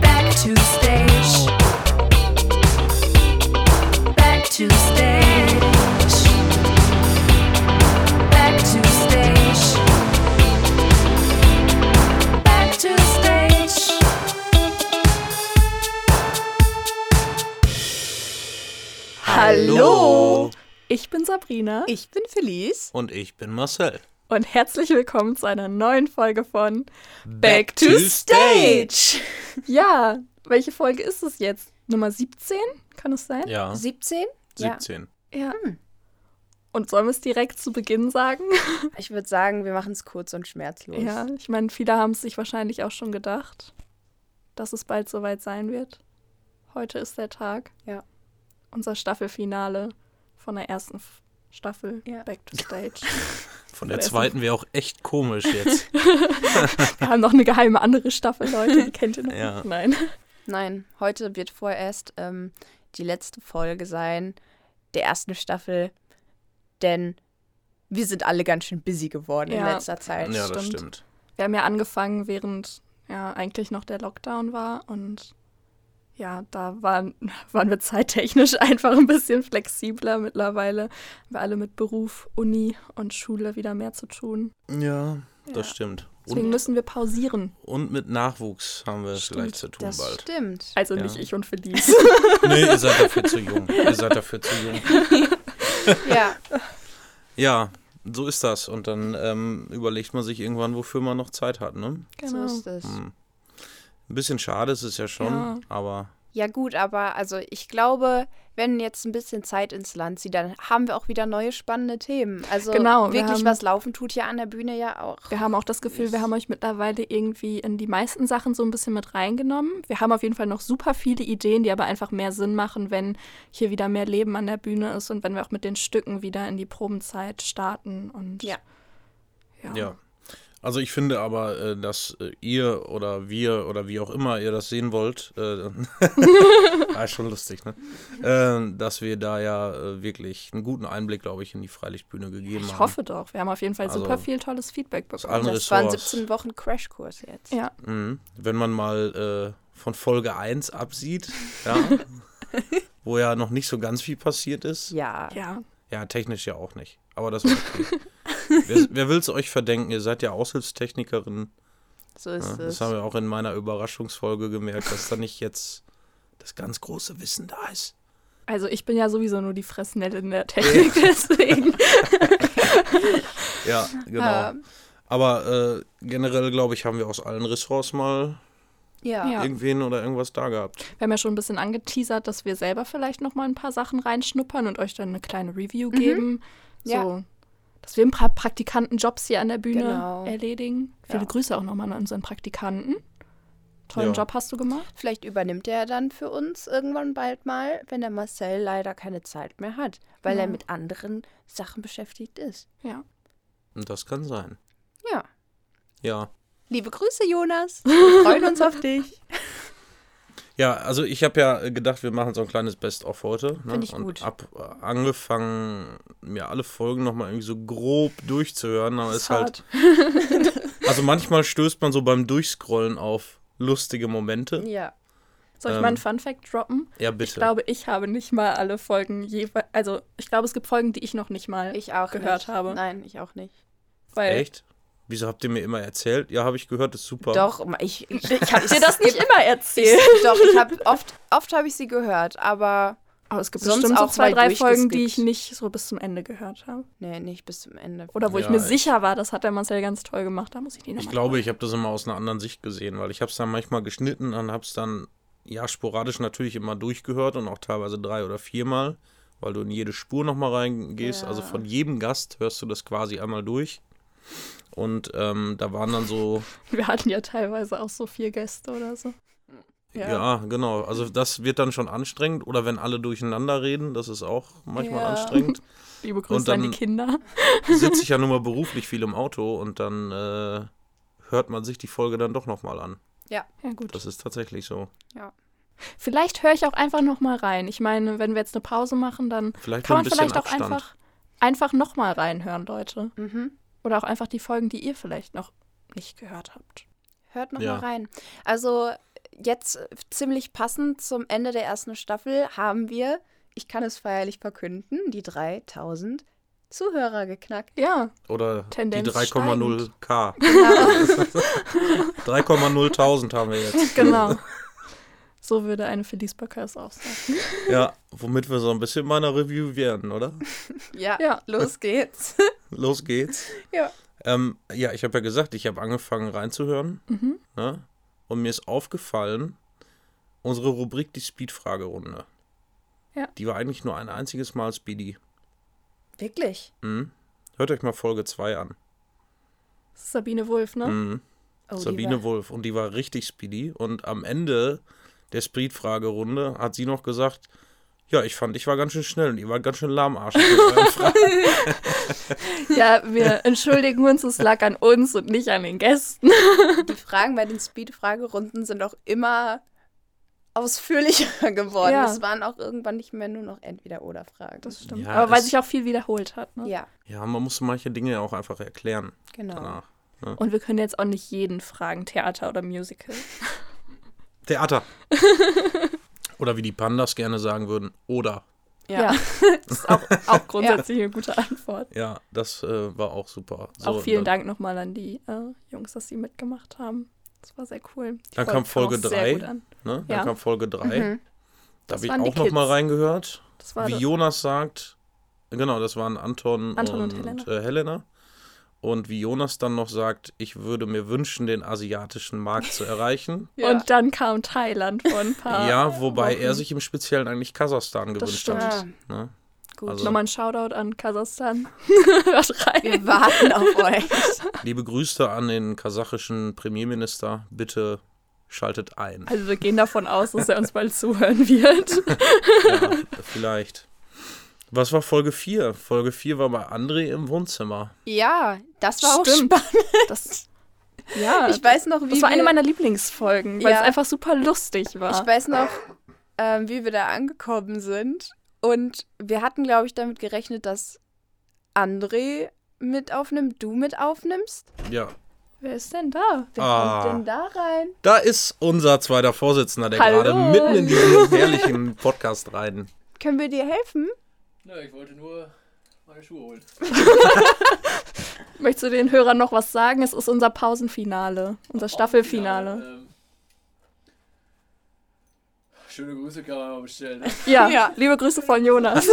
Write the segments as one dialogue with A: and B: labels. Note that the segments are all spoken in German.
A: Back to Stage. Back to Stage. Back to Stage. Back to Stage.
B: Hallo. Ich bin Sabrina
C: Ich bin Felice.
D: Und ich bin Marcel.
B: und herzlich willkommen zu einer neuen Folge von
D: Back to
C: Stage.
B: Ja, welche Folge ist es jetzt? Nummer 17? Kann es sein?
D: Ja,
C: 17?
B: ja.
D: 17.
B: Ja.
C: Hm.
B: Und sollen wir es direkt zu Beginn sagen?
C: Ich würde sagen, wir machen es kurz und schmerzlos.
B: Ja, ich meine, viele haben es sich wahrscheinlich auch schon gedacht, dass es bald soweit sein wird. Heute ist der Tag.
C: Ja.
B: Unser Staffelfinale von der ersten F- Staffel
C: Ja.
B: Back to Stage.
D: Von der zweiten wäre auch echt komisch jetzt.
B: Wir haben noch eine geheime andere Staffel, Leute, die kennt ihr noch
D: Ja.
B: nicht. Nein.
C: Nein, heute wird vorerst ähm, die letzte Folge sein der ersten Staffel, denn wir sind alle ganz schön busy geworden in
B: Ja.
C: letzter Zeit.
D: ja, das
B: stimmt.
D: stimmt.
B: Wir haben ja angefangen, während ja eigentlich noch der Lockdown war und ja, da waren, waren wir zeittechnisch einfach ein bisschen flexibler. Mittlerweile haben wir alle mit Beruf, Uni und Schule wieder mehr zu tun.
D: Ja,
B: Ja.
D: das stimmt.
B: Deswegen
D: Und,
B: müssen wir pausieren.
D: und mit Nachwuchs haben wir
B: Stimmt,
D: vielleicht zu tun
C: Das
D: bald.
C: stimmt.
B: Also
D: Ja.
B: nicht ich und Felice.
D: Nee, ihr seid dafür zu jung. Ihr seid dafür zu jung.
C: Ja,
D: Ja, so ist das. Und dann ähm, überlegt man sich irgendwann, wofür man noch Zeit hat. Ne?
B: genau.
C: so ist es.
D: Hm. Ein bisschen schade ist es ja schon,
B: Ja.
D: aber
C: Ja gut, aber also ich glaube, wenn jetzt ein bisschen Zeit ins Land zieht, dann haben wir auch wieder neue spannende Themen. Also
B: Genau, wir
C: wirklich
B: haben-
C: was laufen tut hier an der Bühne ja auch.
B: Wir haben auch das Gefühl, wir haben euch mittlerweile irgendwie in die meisten Sachen so ein bisschen mit reingenommen. Wir haben auf jeden Fall noch super viele Ideen, die aber einfach mehr Sinn machen, wenn hier wieder mehr Leben an der Bühne ist und wenn wir auch mit den Stücken wieder in die Probenzeit starten. Und
C: Ja.
B: ja.
D: ja. Also ich finde aber, äh, dass äh, ihr oder wir oder wie auch immer ihr das sehen wollt, äh, ah, ist schon lustig, ne? Äh, dass wir da ja äh, wirklich einen guten Einblick, glaube ich, in die Freilichtbühne gegeben
B: Ich
D: haben.
B: hoffe doch. Wir haben auf jeden Fall super
D: Also,
B: viel tolles Feedback
D: Aus
B: bekommen.
D: allen
C: Das waren
D: Ressorts.
C: 17 Wochen Crashkurs jetzt.
B: Ja,
D: Mhm. Wenn man mal äh, von Folge 1 absieht, ja, wo ja noch nicht so ganz viel passiert ist.
C: Ja.
B: ja.
D: Ja, technisch ja auch nicht. Aber das war okay. wer, wer will's euch verdenken? Ihr seid ja Aushilfstechnikerin.
C: so ist
D: Ja,
C: es.
D: das haben wir auch in meiner Überraschungsfolge gemerkt, dass da nicht jetzt das ganz große Wissen da ist.
B: Also ich bin ja sowieso nur die Fressnelle in der Technik, deswegen.
D: Ja, genau.
C: Ja.
D: Aber äh, generell, glaube ich, haben wir aus allen Ressorts mal
C: Ja.
B: Ja.
D: irgendwen oder irgendwas da gehabt.
B: Wir haben ja schon ein bisschen angeteasert, dass wir selber vielleicht noch mal ein paar Sachen reinschnuppern und euch dann eine kleine Review geben. So,
C: Ja.
B: dass wir ein paar Praktikantenjobs hier an der Bühne
C: Genau.
B: erledigen. Viele
C: Ja.
B: Grüße auch nochmal an unseren Praktikanten. Tollen
D: Ja.
B: Job hast du gemacht.
C: Vielleicht übernimmt er dann für uns irgendwann bald mal, wenn der Marcel leider keine Zeit mehr hat, weil er
B: Ja.
C: mit anderen Sachen beschäftigt ist.
B: Ja.
D: Und das kann sein.
C: Ja.
D: Ja.
C: Liebe Grüße, Jonas. Wir freuen uns auf dich.
D: Ja, also ich habe ja gedacht, wir machen so ein kleines Best-of heute. Ne?
C: Find ich
D: Und
C: gut.
D: Ab, äh, angefangen, mir alle Folgen nochmal irgendwie so grob durchzuhören, aber ist halt. Also manchmal stößt man so beim Durchscrollen auf lustige Momente.
C: Ja.
B: Soll ich
D: Ähm,
B: mal einen Funfact droppen?
D: Ja, bitte.
B: Ich glaube, ich habe nicht mal alle Folgen jeweils. Also, ich glaube, es gibt Folgen, die ich noch nicht mal
C: Ich auch
B: gehört
C: nicht.
B: habe.
C: Nein, ich auch nicht.
B: weil
D: Echt? Wieso habt ihr mir immer erzählt? Ja, habe ich gehört, ist super.
C: Doch, ich, ich, ich habe
B: dir das nicht immer erzählt.
C: Doch, ich habe oft, oft habe ich sie gehört, aber
B: Aber es gibt
C: Sonst
B: bestimmt so
C: auch
B: zwei,
C: mal
B: drei Folgen, die ich
C: durchgeskippt.
B: nicht so bis zum Ende gehört habe.
C: nee, nicht bis zum Ende.
B: Oder wo ich
D: Ja,
B: mir
D: ich-
B: sicher war, das hat der Marcel ganz toll gemacht. Da muss ich die nochmal.
D: Ich glaube, ich habe das immer aus einer anderen Sicht gesehen, weil ich habe es dann manchmal geschnitten und habe es dann, ja, sporadisch natürlich immer durchgehört und auch teilweise drei oder viermal, weil du in jede Spur nochmal reingehst.
C: Ja.
D: Also von jedem Gast hörst du das quasi einmal durch. Und ähm, da waren dann so,
B: Wir hatten ja teilweise auch so vier Gäste oder so.
D: ja. genau, also das wird dann schon anstrengend. Oder wenn alle durcheinander reden, das ist auch manchmal
C: Ja.
D: anstrengend.
B: Liebe
D: Und
B: Grüße
D: dann-
B: an die Kinder.
D: sitze ich ja nun mal beruflich viel im Auto und dann äh, hört man sich die Folge dann doch nochmal an.
B: Ja, gut.
D: Das ist tatsächlich so.
C: Ja.
B: Vielleicht höre ich auch einfach nochmal rein. Ich meine, wenn wir jetzt eine Pause machen, dann
D: Vielleicht
B: kann
D: mal ein
B: man
D: bisschen
B: vielleicht auch
D: Abstand.
B: einfach, einfach nochmal reinhören, Leute.
C: Mhm.
B: Oder auch einfach die Folgen, die ihr vielleicht noch nicht gehört habt.
C: Hört noch
D: Ja.
C: mal rein. Also jetzt äh, ziemlich passend zum Ende der ersten Staffel haben wir, ich kann es feierlich verkünden, die 3000 Zuhörer geknackt.
B: Ja,
D: Oder
B: Tendenz
D: die 3,0k.
C: Genau.
D: 3,000 haben wir jetzt.
B: genau. so würde eine Felice Böckers aussehen.
D: Ja, womit wir so ein bisschen meiner Review werden, oder?
C: ja,
B: Ja.
C: los geht's.
D: Los geht's.
C: Ja.
D: Ähm, ja, ich habe ja gesagt, ich habe angefangen reinzuhören.
B: Mhm.
D: Ne? Und mir ist aufgefallen, unsere Rubrik, die Speed-Fragerunde.
B: Ja.
D: Die war eigentlich nur ein einziges Mal Speedy.
C: Wirklich?
D: Mhm. Hört euch mal Folge 2 an.
B: Sabine Wulff, ne?
D: Mhm.
C: Oh, die
D: Sabine
C: war-
D: Wulff. Und die war richtig speedy. Und am Ende der Speed-Fragerunde hat sie noch gesagt, ja, ich fand, ich war ganz schön schnell und ihr wart ganz schön lahmarsch. mit euren Fragen."
B: Ja, wir entschuldigen uns, es lag an uns und nicht an den Gästen.
C: Die Fragen bei den Speed-Fragerunden sind auch immer ausführlicher geworden.
B: Ja.
C: Es waren auch irgendwann nicht mehr nur noch Entweder-Oder-Fragen.
B: Das stimmt.
D: Ja,
B: Aber weil
D: es-
B: sich auch viel wiederholt hat, ne?
C: ja,
D: ja, man muss manche Dinge auch einfach erklären
C: genau.
D: danach.
B: Und wir können jetzt auch nicht jeden fragen, Theater oder Musical.
D: Theater. Oder wie die Pandas gerne sagen würden, oder.
C: Ja.
B: das ist auch, auch grundsätzlich eine gute Antwort.
D: Ja, das äh, war auch super.
B: auch vielen
D: dann,
B: Dank nochmal an die äh, Jungs, dass sie mitgemacht haben. Das war sehr cool. Die
D: Dann kam
B: Folge
D: Folge
B: auch sehr
D: drei.
B: gut an.
D: Ne? Dann
B: Ja.
D: kam Folge 3.
C: Mhm.
D: Da
B: Das
D: habe ich
B: waren die
D: auch noch mal
B: Kids.
D: reingehört.
B: Das war
D: wie
B: das-
D: Jonas sagt, genau, das waren Anton,
B: Anton und Helena.
D: Äh, Helena. Und wie Jonas dann noch sagt, ich würde mir wünschen, den asiatischen Markt zu erreichen.
C: Ja.
B: Und dann kam Thailand vor ein paar.
D: ja, wobei
B: Wochen.
D: er sich im Speziellen eigentlich Kasachstan
B: Ah, Das
D: gewünscht
B: stimmt.
D: hat.
C: Ja.
D: Ne?
C: Gut.
D: Also-
B: Nochmal ein Shoutout an Kasachstan. Hört rein.
C: Wir warten auf euch.
D: Liebe Grüße an den kasachischen Premierminister. Bitte schaltet ein.
B: Also wir gehen davon aus, dass er uns bald zuhören wird.
D: Ja, vielleicht. Was war Folge 4? Folge 4 war bei André im Wohnzimmer.
C: Ja, das war
B: Stimmt.
C: auch spannend.
B: Das, ja,
C: Ich weiß noch, wie
B: das war eine
C: wir-
B: meiner Lieblingsfolgen, weil
C: Ja.
B: es einfach super lustig war.
C: Ich weiß noch, ähm, wie wir da angekommen sind. Und wir hatten, glaube ich, damit gerechnet, dass André mit aufnimmt, du mit aufnimmst.
D: Ja.
B: Wer ist denn da?
C: Wer
D: Ah.
C: kommt denn da rein?
D: Da ist unser zweiter Vorsitzender, der
B: Hallo.
D: gerade mitten in diesen herrlichen Podcast rein.
C: Können wir dir helfen?
E: Na, ich wollte nur meine Schuhe holen.
B: Möchtest du den Hörern noch was sagen? Es ist unser Pausenfinale,
C: Oh,
B: unser Staffelfinale.
E: Ähm, schöne Grüße kann man mal bestellen. Ne?
B: Ja,
C: Ja.
B: liebe Grüße von Jonas.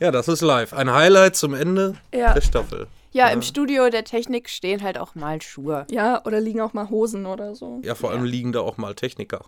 D: Ja, das ist live. Ein Highlight zum Ende
B: Ja.
D: der Staffel.
C: Ja,
D: Ja.
C: im Studio der Technik stehen halt auch mal Schuhe.
B: Ja, oder liegen auch mal Hosen oder so.
D: Ja, vor allem liegen da auch mal Techniker.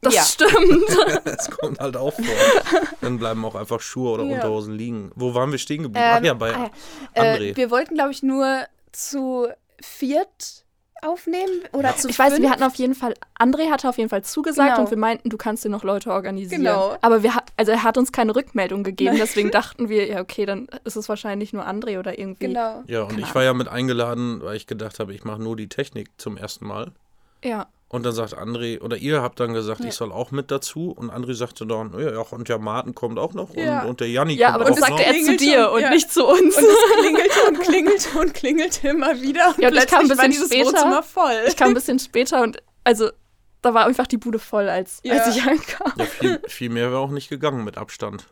B: Das
C: Ja.
B: stimmt.
D: Das kommt halt auch vor. Dann bleiben auch einfach Schuhe oder
C: Ja.
D: Unterhosen liegen. Wo waren wir stehen geblieben?
C: Ähm,
D: Ach ja, bei
C: ah
D: André.
C: Äh, wir wollten, glaube ich, nur zu viert aufnehmen oder zu
B: Ich weiß,
C: fünf.
B: wir hatten auf jeden Fall, André hatte auf jeden Fall zugesagt
C: Genau.
B: und wir meinten, du kannst dir noch Leute organisieren.
C: Genau.
B: Aber wir, ha- also er hat uns keine Rückmeldung gegeben,
C: Nein.
B: deswegen dachten wir, ja okay, dann ist es wahrscheinlich nur André oder irgendwie.
C: Genau.
D: ja, und ich
B: Ahnung.
D: war ja mit eingeladen, weil ich gedacht habe, ich mache nur die Technik zum ersten Mal.
B: Ja,
D: Und dann sagt André, oder ihr habt dann gesagt, ich soll auch mit dazu. Und André sagte dann, "Oh ja, und der Martin kommt auch noch.
C: Ja.
D: Und, Genau. und der Janni
B: ja
D: kommt
B: aber
D: auch
B: das
D: noch.
B: sagte er zu
C: klingelt
B: dir
C: schon,
B: und
C: ja.
B: nicht zu uns.
C: Und es klingelte und klingelte und klingelte immer wieder. Und
B: Ja, und ich
C: plötzlich
B: kam ein
C: war
B: bisschen
C: dieses
B: später.
C: Wohnzimmer voll.
B: ich kam ein bisschen später und also da war einfach die Bude voll, als,
C: Ja.
B: als ich ankam.
D: Ja, viel, viel mehr wäre auch nicht gegangen mit Abstand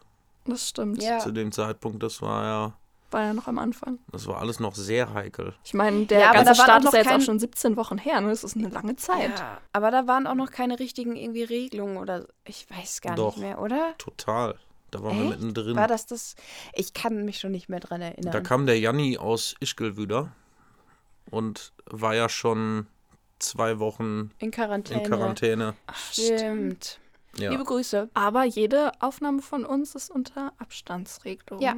B: Das stimmt.
C: Ja.
D: zu dem Zeitpunkt. Das war ja,
B: War ja noch am Anfang.
D: das war alles noch sehr heikel.
B: Ich meine, der
C: Ja,
B: ganze
C: aber da war
B: Start
C: doch
B: ist ja jetzt
C: kein-
B: auch schon 17 Wochen her. Ne? Das ist eine lange Zeit.
C: Ja, aber da waren auch noch keine richtigen irgendwie Regelungen oder ich weiß gar
D: Doch.
C: nicht mehr, oder?
D: Total. Da waren wir
C: Echt?
D: mittendrin.
C: War das das? Ich kann mich schon nicht mehr dran erinnern.
D: da kam der Janni aus Ischgelwüder und war ja schon zwei Wochen
C: in Quarantäne.
D: in Quarantäne.
C: Stimmt.
D: Ja.
C: Liebe Grüße.
B: Aber jede Aufnahme von uns ist unter Abstandsregelung
C: Ja.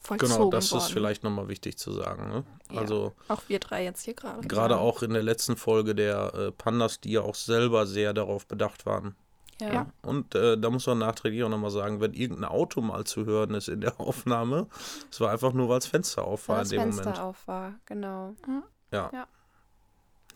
B: vollzogen
D: Genau, das
B: worden.
D: ist vielleicht nochmal wichtig zu sagen. Ne?
C: Ja.
D: Also
B: Auch wir drei jetzt hier gerade.
D: gerade
B: Ja.
D: auch in der letzten Folge der äh, Pandas, die ja auch selber sehr darauf bedacht waren.
C: Ja.
B: Ja.
D: Und äh, da muss man nachträglich auch nochmal sagen, wenn irgendein Auto mal zu hören ist in der Aufnahme, es war einfach nur, weil das Fenster auf
C: Weil
D: war
C: das
D: in dem
C: Fenster
D: Moment.
C: auf war, genau.
D: Ja.
C: Ja.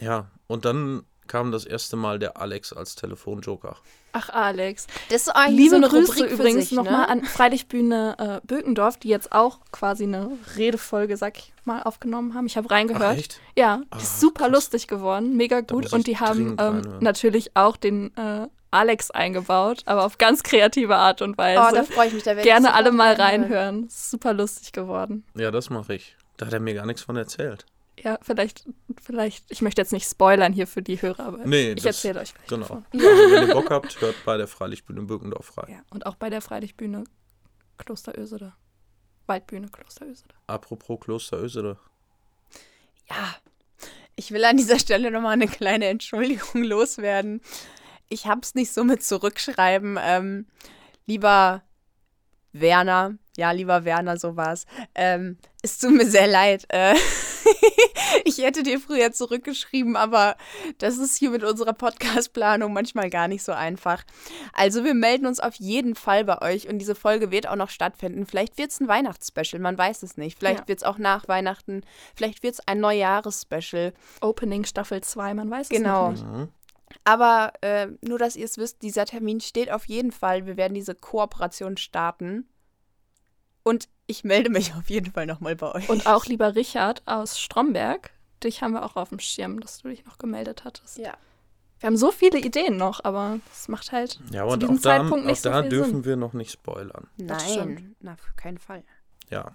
D: Ja, und dann kam das erste Mal der Alex als Telefonjoker.
B: Ach, Alex.
C: Das ist eigentlich
B: Liebe
C: Ah, so eine
B: Grüße
C: Rubrik für
B: übrigens
C: sich,
B: nochmal
C: ne?
B: an Freilichtbühne äh, Bökendorf, die jetzt auch quasi eine Redefolge, sag ich mal, aufgenommen haben. Ich habe reingehört.
D: Ach, echt?
B: Ja, die
D: Ah,
B: ist super
D: krass.
B: lustig geworden, mega
D: muss
B: gut.
D: ich
B: Und die haben
D: dringend
B: ähm,
D: reinhören.
B: natürlich auch den äh, Alex eingebaut, aber auf ganz kreative Art und
C: Oh, da
B: Weise.
C: freue ich mich. Da werd ich
B: Gerne
C: sofort
B: alle mal reinhören. Super lustig geworden.
D: Ja, das mache ich. Da hat er mir gar nichts von erzählt.
B: Ja, vielleicht, vielleicht, ich möchte jetzt nicht spoilern hier für die Hörer, aber
D: Nee,
B: ich
D: das-
B: erzähle euch gleich
D: Genau.
B: davon.
D: Also, wenn ihr Bock habt, hört bei der Freilichtbühne Birkendorf rein.
B: Ja, und auch bei der Freilichtbühne Kloster Ösede. Waldbühne Kloster Ösede.
D: Apropos Kloster Ösede.
C: Ja, ich will an dieser Stelle nochmal eine kleine Entschuldigung loswerden. Ich hab's nicht so mit zurückschreiben. Ähm, lieber Werner, ja, lieber Werner, so war's. Ähm, es tut mir sehr leid. Äh, ich hätte dir früher zurückgeschrieben, aber das ist hier mit unserer Podcast-Planung manchmal gar nicht so einfach. Also wir melden uns auf jeden Fall bei euch und diese Folge wird auch noch stattfinden. Vielleicht wird's ein Weihnachtsspecial, man weiß es nicht. Vielleicht
B: Ja.
C: wird's auch nach Weihnachten, vielleicht wird's ein Neujahresspecial.
B: Opening Staffel 2, man weiß
C: Genau.
B: es noch nicht.
D: Mhm.
C: Aber äh, nur, dass ihr es wisst, dieser Termin steht auf jeden Fall. Wir werden diese Kooperation starten. Und ich melde mich auf jeden Fall nochmal bei euch.
B: Und auch lieber Richard aus Stromberg, dich haben wir auch auf dem Schirm, dass du dich noch gemeldet hattest.
C: Ja.
B: Wir haben so viele Ideen noch, aber das macht halt.
D: Ja,
B: Zu
D: und auch
B: diesem
D: da,
B: Zeitpunkt
D: auch
B: nicht so
D: da
B: viel
D: dürfen
B: Sinn.
D: wir noch nicht spoilern.
B: Das
C: Nein, na, auf keinen Fall.
D: Ja.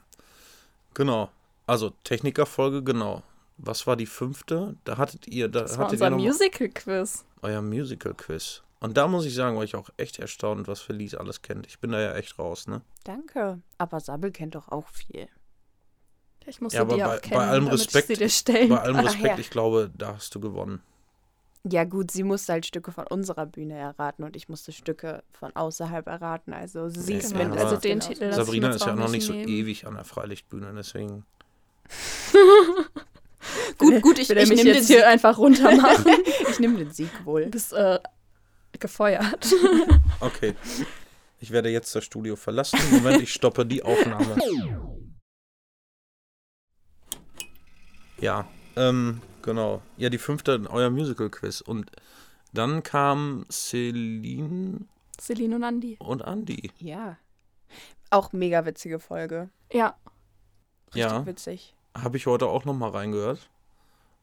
D: Genau. Also, Technikerfolge, genau. Was war die fünfte? Da hattet ihr, da
B: Das war
D: hattet
B: unser
D: ihr noch mal
B: Musical-Quiz.
D: euer Musical-Quiz. Und da muss ich sagen, war ich auch echt erstaunt, was für Lied alles kennt. Ich bin da ja echt raus, ne?
C: Danke. Aber Sabbel kennt doch auch viel.
B: Ich musste
D: Ja, aber
B: die
D: bei-
B: auch
D: bei
B: kennen,
D: allem
B: damit
D: Respekt-
B: ich sie dir stellen
D: Bei allem
C: Ach,
D: Respekt,
C: ja.
D: ich glaube, da hast du gewonnen.
C: Ja, gut, sie musste halt Stücke von unserer Bühne erraten und ich musste Stücke von außerhalb erraten. Also sie
D: Ja,
C: ist
D: ja,
C: mindestens
D: aber- Also
B: den
C: genauso.
B: Titel- Lass ich
D: Sabrina
B: mir
D: ist ja
B: zwar
D: auch noch nicht so
B: nehmen.
D: ewig an der Freilichtbühne, deswegen.
C: Gut, gut, ich,
B: Will er
C: ich
B: mich
C: nehme den,
B: jetzt hier
C: Sieg-
B: einfach runter machen?
C: ich nehm den Sieg wohl.
B: du bist äh, gefeuert.
D: Okay. Ich werde jetzt das Studio verlassen. Moment, ich stoppe die Aufnahme. Ja, ähm, genau. Ja, die fünfte, euer Musical-Quiz. Und dann kamen Celine
B: Celine und Andi.
D: und Andy.
C: Ja. Auch mega witzige Folge.
B: Ja,
C: Richtig
D: Ja.
C: witzig.
D: Habe ich heute auch nochmal reingehört.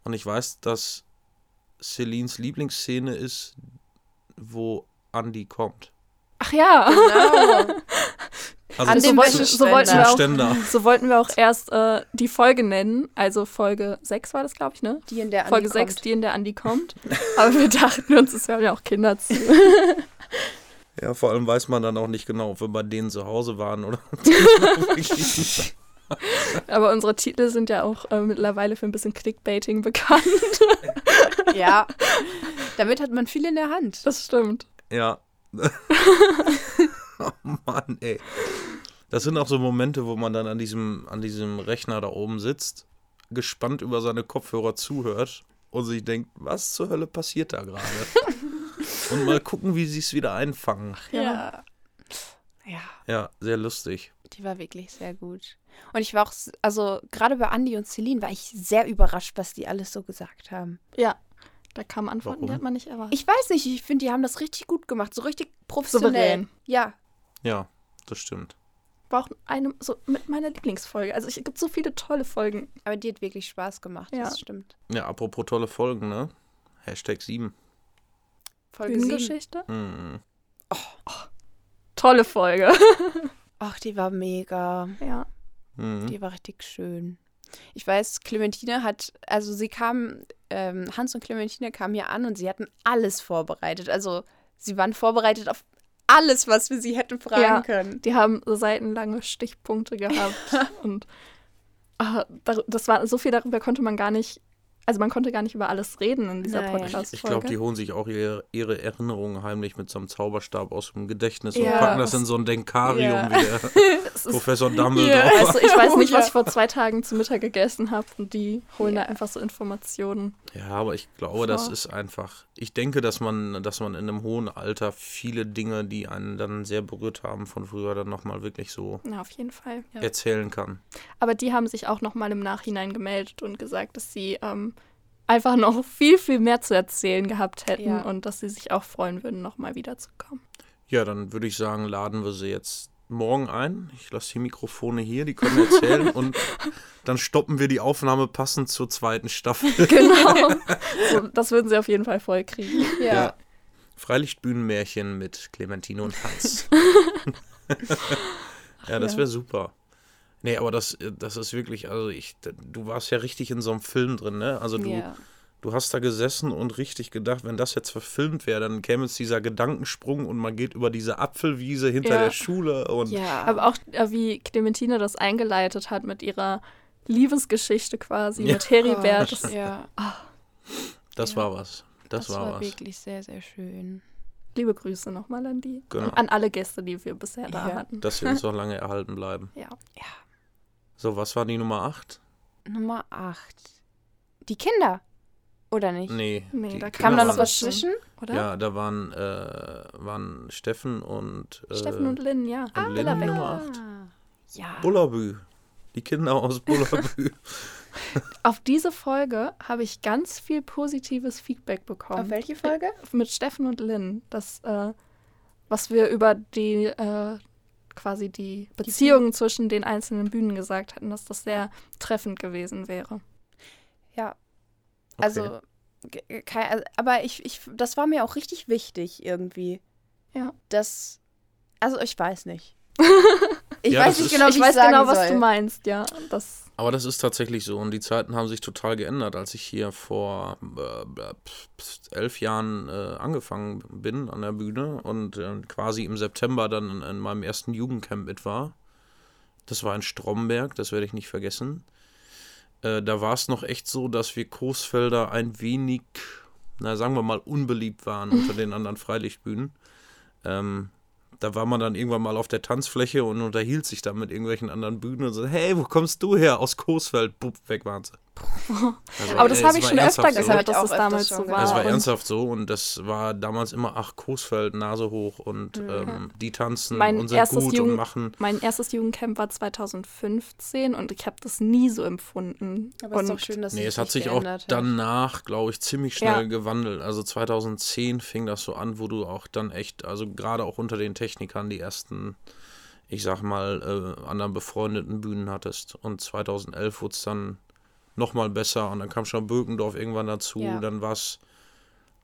D: Und ich weiß, dass Celines Lieblingsszene ist, wo Andy kommt.
B: Ach ja,
C: Genau.
D: Also
C: An
D: zu-
B: so
C: den
B: wollten, so
C: Wäscheständer.
B: wollten wir auch
D: Ständer.
B: So wollten wir auch erst äh, die Folge nennen. Also Folge 6 war das, glaube ich, ne?
C: Die in der
B: Folge 6, die in der Andi kommt. Aber wir dachten uns, es hören ja auch Kinder zu.
D: Ja, vor allem weiß man dann auch nicht genau, ob wir bei denen zu Hause waren oder.
B: Aber unsere Titel sind ja auch äh, mittlerweile für ein bisschen Clickbaiting bekannt.
C: Ja. Damit hat man viel in der Hand.
B: Das stimmt.
D: ja. oh Mann, ey. Das sind auch so Momente, wo man dann an diesem, an diesem Rechner da oben sitzt, gespannt über seine Kopfhörer zuhört und sich denkt, was zur Hölle passiert da gerade? und mal gucken, wie sie es wieder einfangen.
C: Ja. Ja,
D: Ja, sehr lustig.
C: die war wirklich sehr gut. Und ich war auch, s- also gerade bei Andy und Celine war ich sehr überrascht, was die alles so gesagt haben.
B: Ja. Da kamen Antworten, die
D: Warum?
B: hat man nicht erwartet.
C: Ich weiß nicht, ich finde, die haben das richtig gut gemacht, so richtig professionell.
B: Souverän.
C: Ja,
D: Ja, das stimmt.
B: war auch eine, so mit meiner Lieblingsfolge. Also ich- es gibt so viele tolle Folgen.
C: aber die hat wirklich Spaß gemacht,
B: Ja.
C: das stimmt.
D: Ja, apropos tolle Folgen, ne? Hashtag 7.
C: Folge 7.
B: Bühnengeschichte.
D: Mhm.
B: Tolle Folge.
C: Ach, die war mega.
B: Ja.
D: Mhm.
C: Die war richtig schön. Ich weiß, Clementine hat, also sie kamen, ähm, Hans und Clementine kamen hier an und sie hatten alles vorbereitet. Also sie waren vorbereitet auf alles, was wir sie hätten fragen
B: Ja.
C: können.
B: Die haben so seitenlange Stichpunkte gehabt. und ah, dar- das war so viel darüber konnte man gar nicht, also man konnte gar nicht über alles reden in dieser
C: Nein.
B: Podcast-Folge.
D: Ich glaube, die holen sich auch ihre, ihre Erinnerungen heimlich mit so einem Zauberstab aus dem Gedächtnis und
B: Ja.
D: packen das in so ein Denkarium
C: Ja.
D: wie der
B: Es ist-
D: Professor Dumbledore.
B: Also ich weiß nicht,
C: Ja.
B: was ich vor zwei Tagen zu Mittag gegessen habe und die holen da einfach so Informationen.
D: Ja, aber ich glaube, das
B: Vor-
D: ist einfach. Ich denke, dass man, dass man in einem hohen Alter viele Dinge, die einen dann sehr berührt haben von früher, dann nochmal wirklich so
B: Na, auf jeden Fall.
C: Ja.
D: erzählen kann.
B: Aber die haben sich auch nochmal im Nachhinein gemeldet und gesagt, dass sie ähm, einfach noch viel, viel mehr zu erzählen gehabt hätten
C: Ja.
B: und dass sie sich auch freuen würden, nochmal wiederzukommen.
D: Ja, dann würde ich sagen, laden wir sie jetzt morgen ein. Ich lasse die Mikrofone hier, die können erzählen und dann stoppen wir die Aufnahme passend zur zweiten Staffel.
B: Genau. so, das würden sie auf jeden Fall voll kriegen.
C: Ja.
D: Freilichtbühnenmärchen mit Clementine und Hans. ja, das
B: ja.
D: wäre super. Nee, aber das, das ist wirklich, also ich, du warst ja richtig in so einem Film drin, ne? Also du,
C: ja.
D: du hast da gesessen und richtig gedacht, wenn das jetzt verfilmt wäre, dann käme jetzt dieser Gedankensprung und man geht über diese Apfelwiese hinter
B: Ja.
D: der Schule und
C: ja.
B: Aber auch äh, wie Clementine das eingeleitet hat mit ihrer Liebesgeschichte quasi,
D: Ja.
B: mit Heribert. Das,
C: Oh ja,
D: das
C: Ja.
D: war was. Das,
C: das
D: war,
C: war
D: was.
C: wirklich sehr, sehr schön.
B: liebe Grüße nochmal an die.
D: Genau.
B: An alle Gäste, die wir bisher da
C: Ja.
B: hatten.
D: Dass wir uns noch lange erhalten bleiben.
B: Ja.
D: So, was war die Nummer 8?
C: Nummer 8. Die Kinder. Oder nicht?
D: Nee.
B: Nee,
D: die
B: da
D: Kinder
C: Kam da
B: Genau.
C: noch
D: waren-
C: was zwischen?
B: Oder?
D: Ja, da waren, äh, waren Steffen und, äh,
B: Steffen und Lynn, ja.
D: und Lynn
B: Bullerbeck.
D: Nummer 8.
C: Ah, Ja.
D: Bullerbü. Die Kinder aus Bullerbü.
B: Auf diese Folge habe ich ganz viel positives Feedback bekommen.
C: Auf welche Folge?
B: mit Steffen und Lynn, das, äh, was wir über die äh, quasi die Beziehungen zwischen den einzelnen Bühnen gesagt hatten, dass das sehr treffend gewesen wäre.
C: Ja,
D: Okay.
C: also, ge- ge- kei- also, aber ich, ich, das war mir auch richtig wichtig irgendwie.
B: Ja.
C: Das, also ich weiß nicht. Ich
D: Ja,
C: weiß
D: das
C: nicht
D: ist-
C: genau, wie
B: ich weiß
C: sagen
B: genau, was
C: soll.
B: du meinst, ja. Das,
D: Aber das ist tatsächlich so und die Zeiten haben sich total geändert. Als ich hier vor äh, äh, pf- pf- elf Jahren äh, angefangen bin an der Bühne und äh, quasi im September dann in, in meinem ersten Jugendcamp mit war, das war in Stromberg, das werde ich nicht vergessen. Äh, da war es noch echt so, dass wir Coesfelder ein wenig, na sagen wir mal, unbeliebt waren unter den anderen Freilichtbühnen. Ähm, da war man dann irgendwann mal auf der Tanzfläche und unterhielt sich dann mit irgendwelchen anderen Bühnen und so, hey, wo kommst du her? Aus Coesfeld, bupp, weg waren sie. Also,
B: aber das
D: äh,
B: habe
D: es
B: ich
D: war
B: schon öfter
D: ernsthaft
C: so.
B: gehört,
C: Das
B: dass
C: hab
B: es
C: ich auch
B: damals so
C: öfter schon
B: war.
C: gehört.
D: Es war
B: Und
D: ernsthaft so und das war damals immer, ach, Coesfeld, Nase hoch und ähm, die tanzen
B: Mhm. Mein
D: und sind
B: erstes
D: gut
B: Jugend-
D: und machen.
B: mein erstes Jugendcamp war 2015 und ich habe das nie so empfunden.
C: Aber es
B: und
C: ist doch schön, dass
D: Nee, es hat sich
C: geändert
D: auch danach, glaube ich, ziemlich
B: Ja.
D: schnell gewandelt. Also 2010 fing das so an, wo du auch dann echt, also gerade auch unter den Technikern die ersten, ich sag mal, äh, anderen befreundeten Bühnen hattest. Und 2011 wurde es dann nochmal besser und dann kam schon Birkendorf irgendwann dazu.
C: Ja.
D: Dann war es,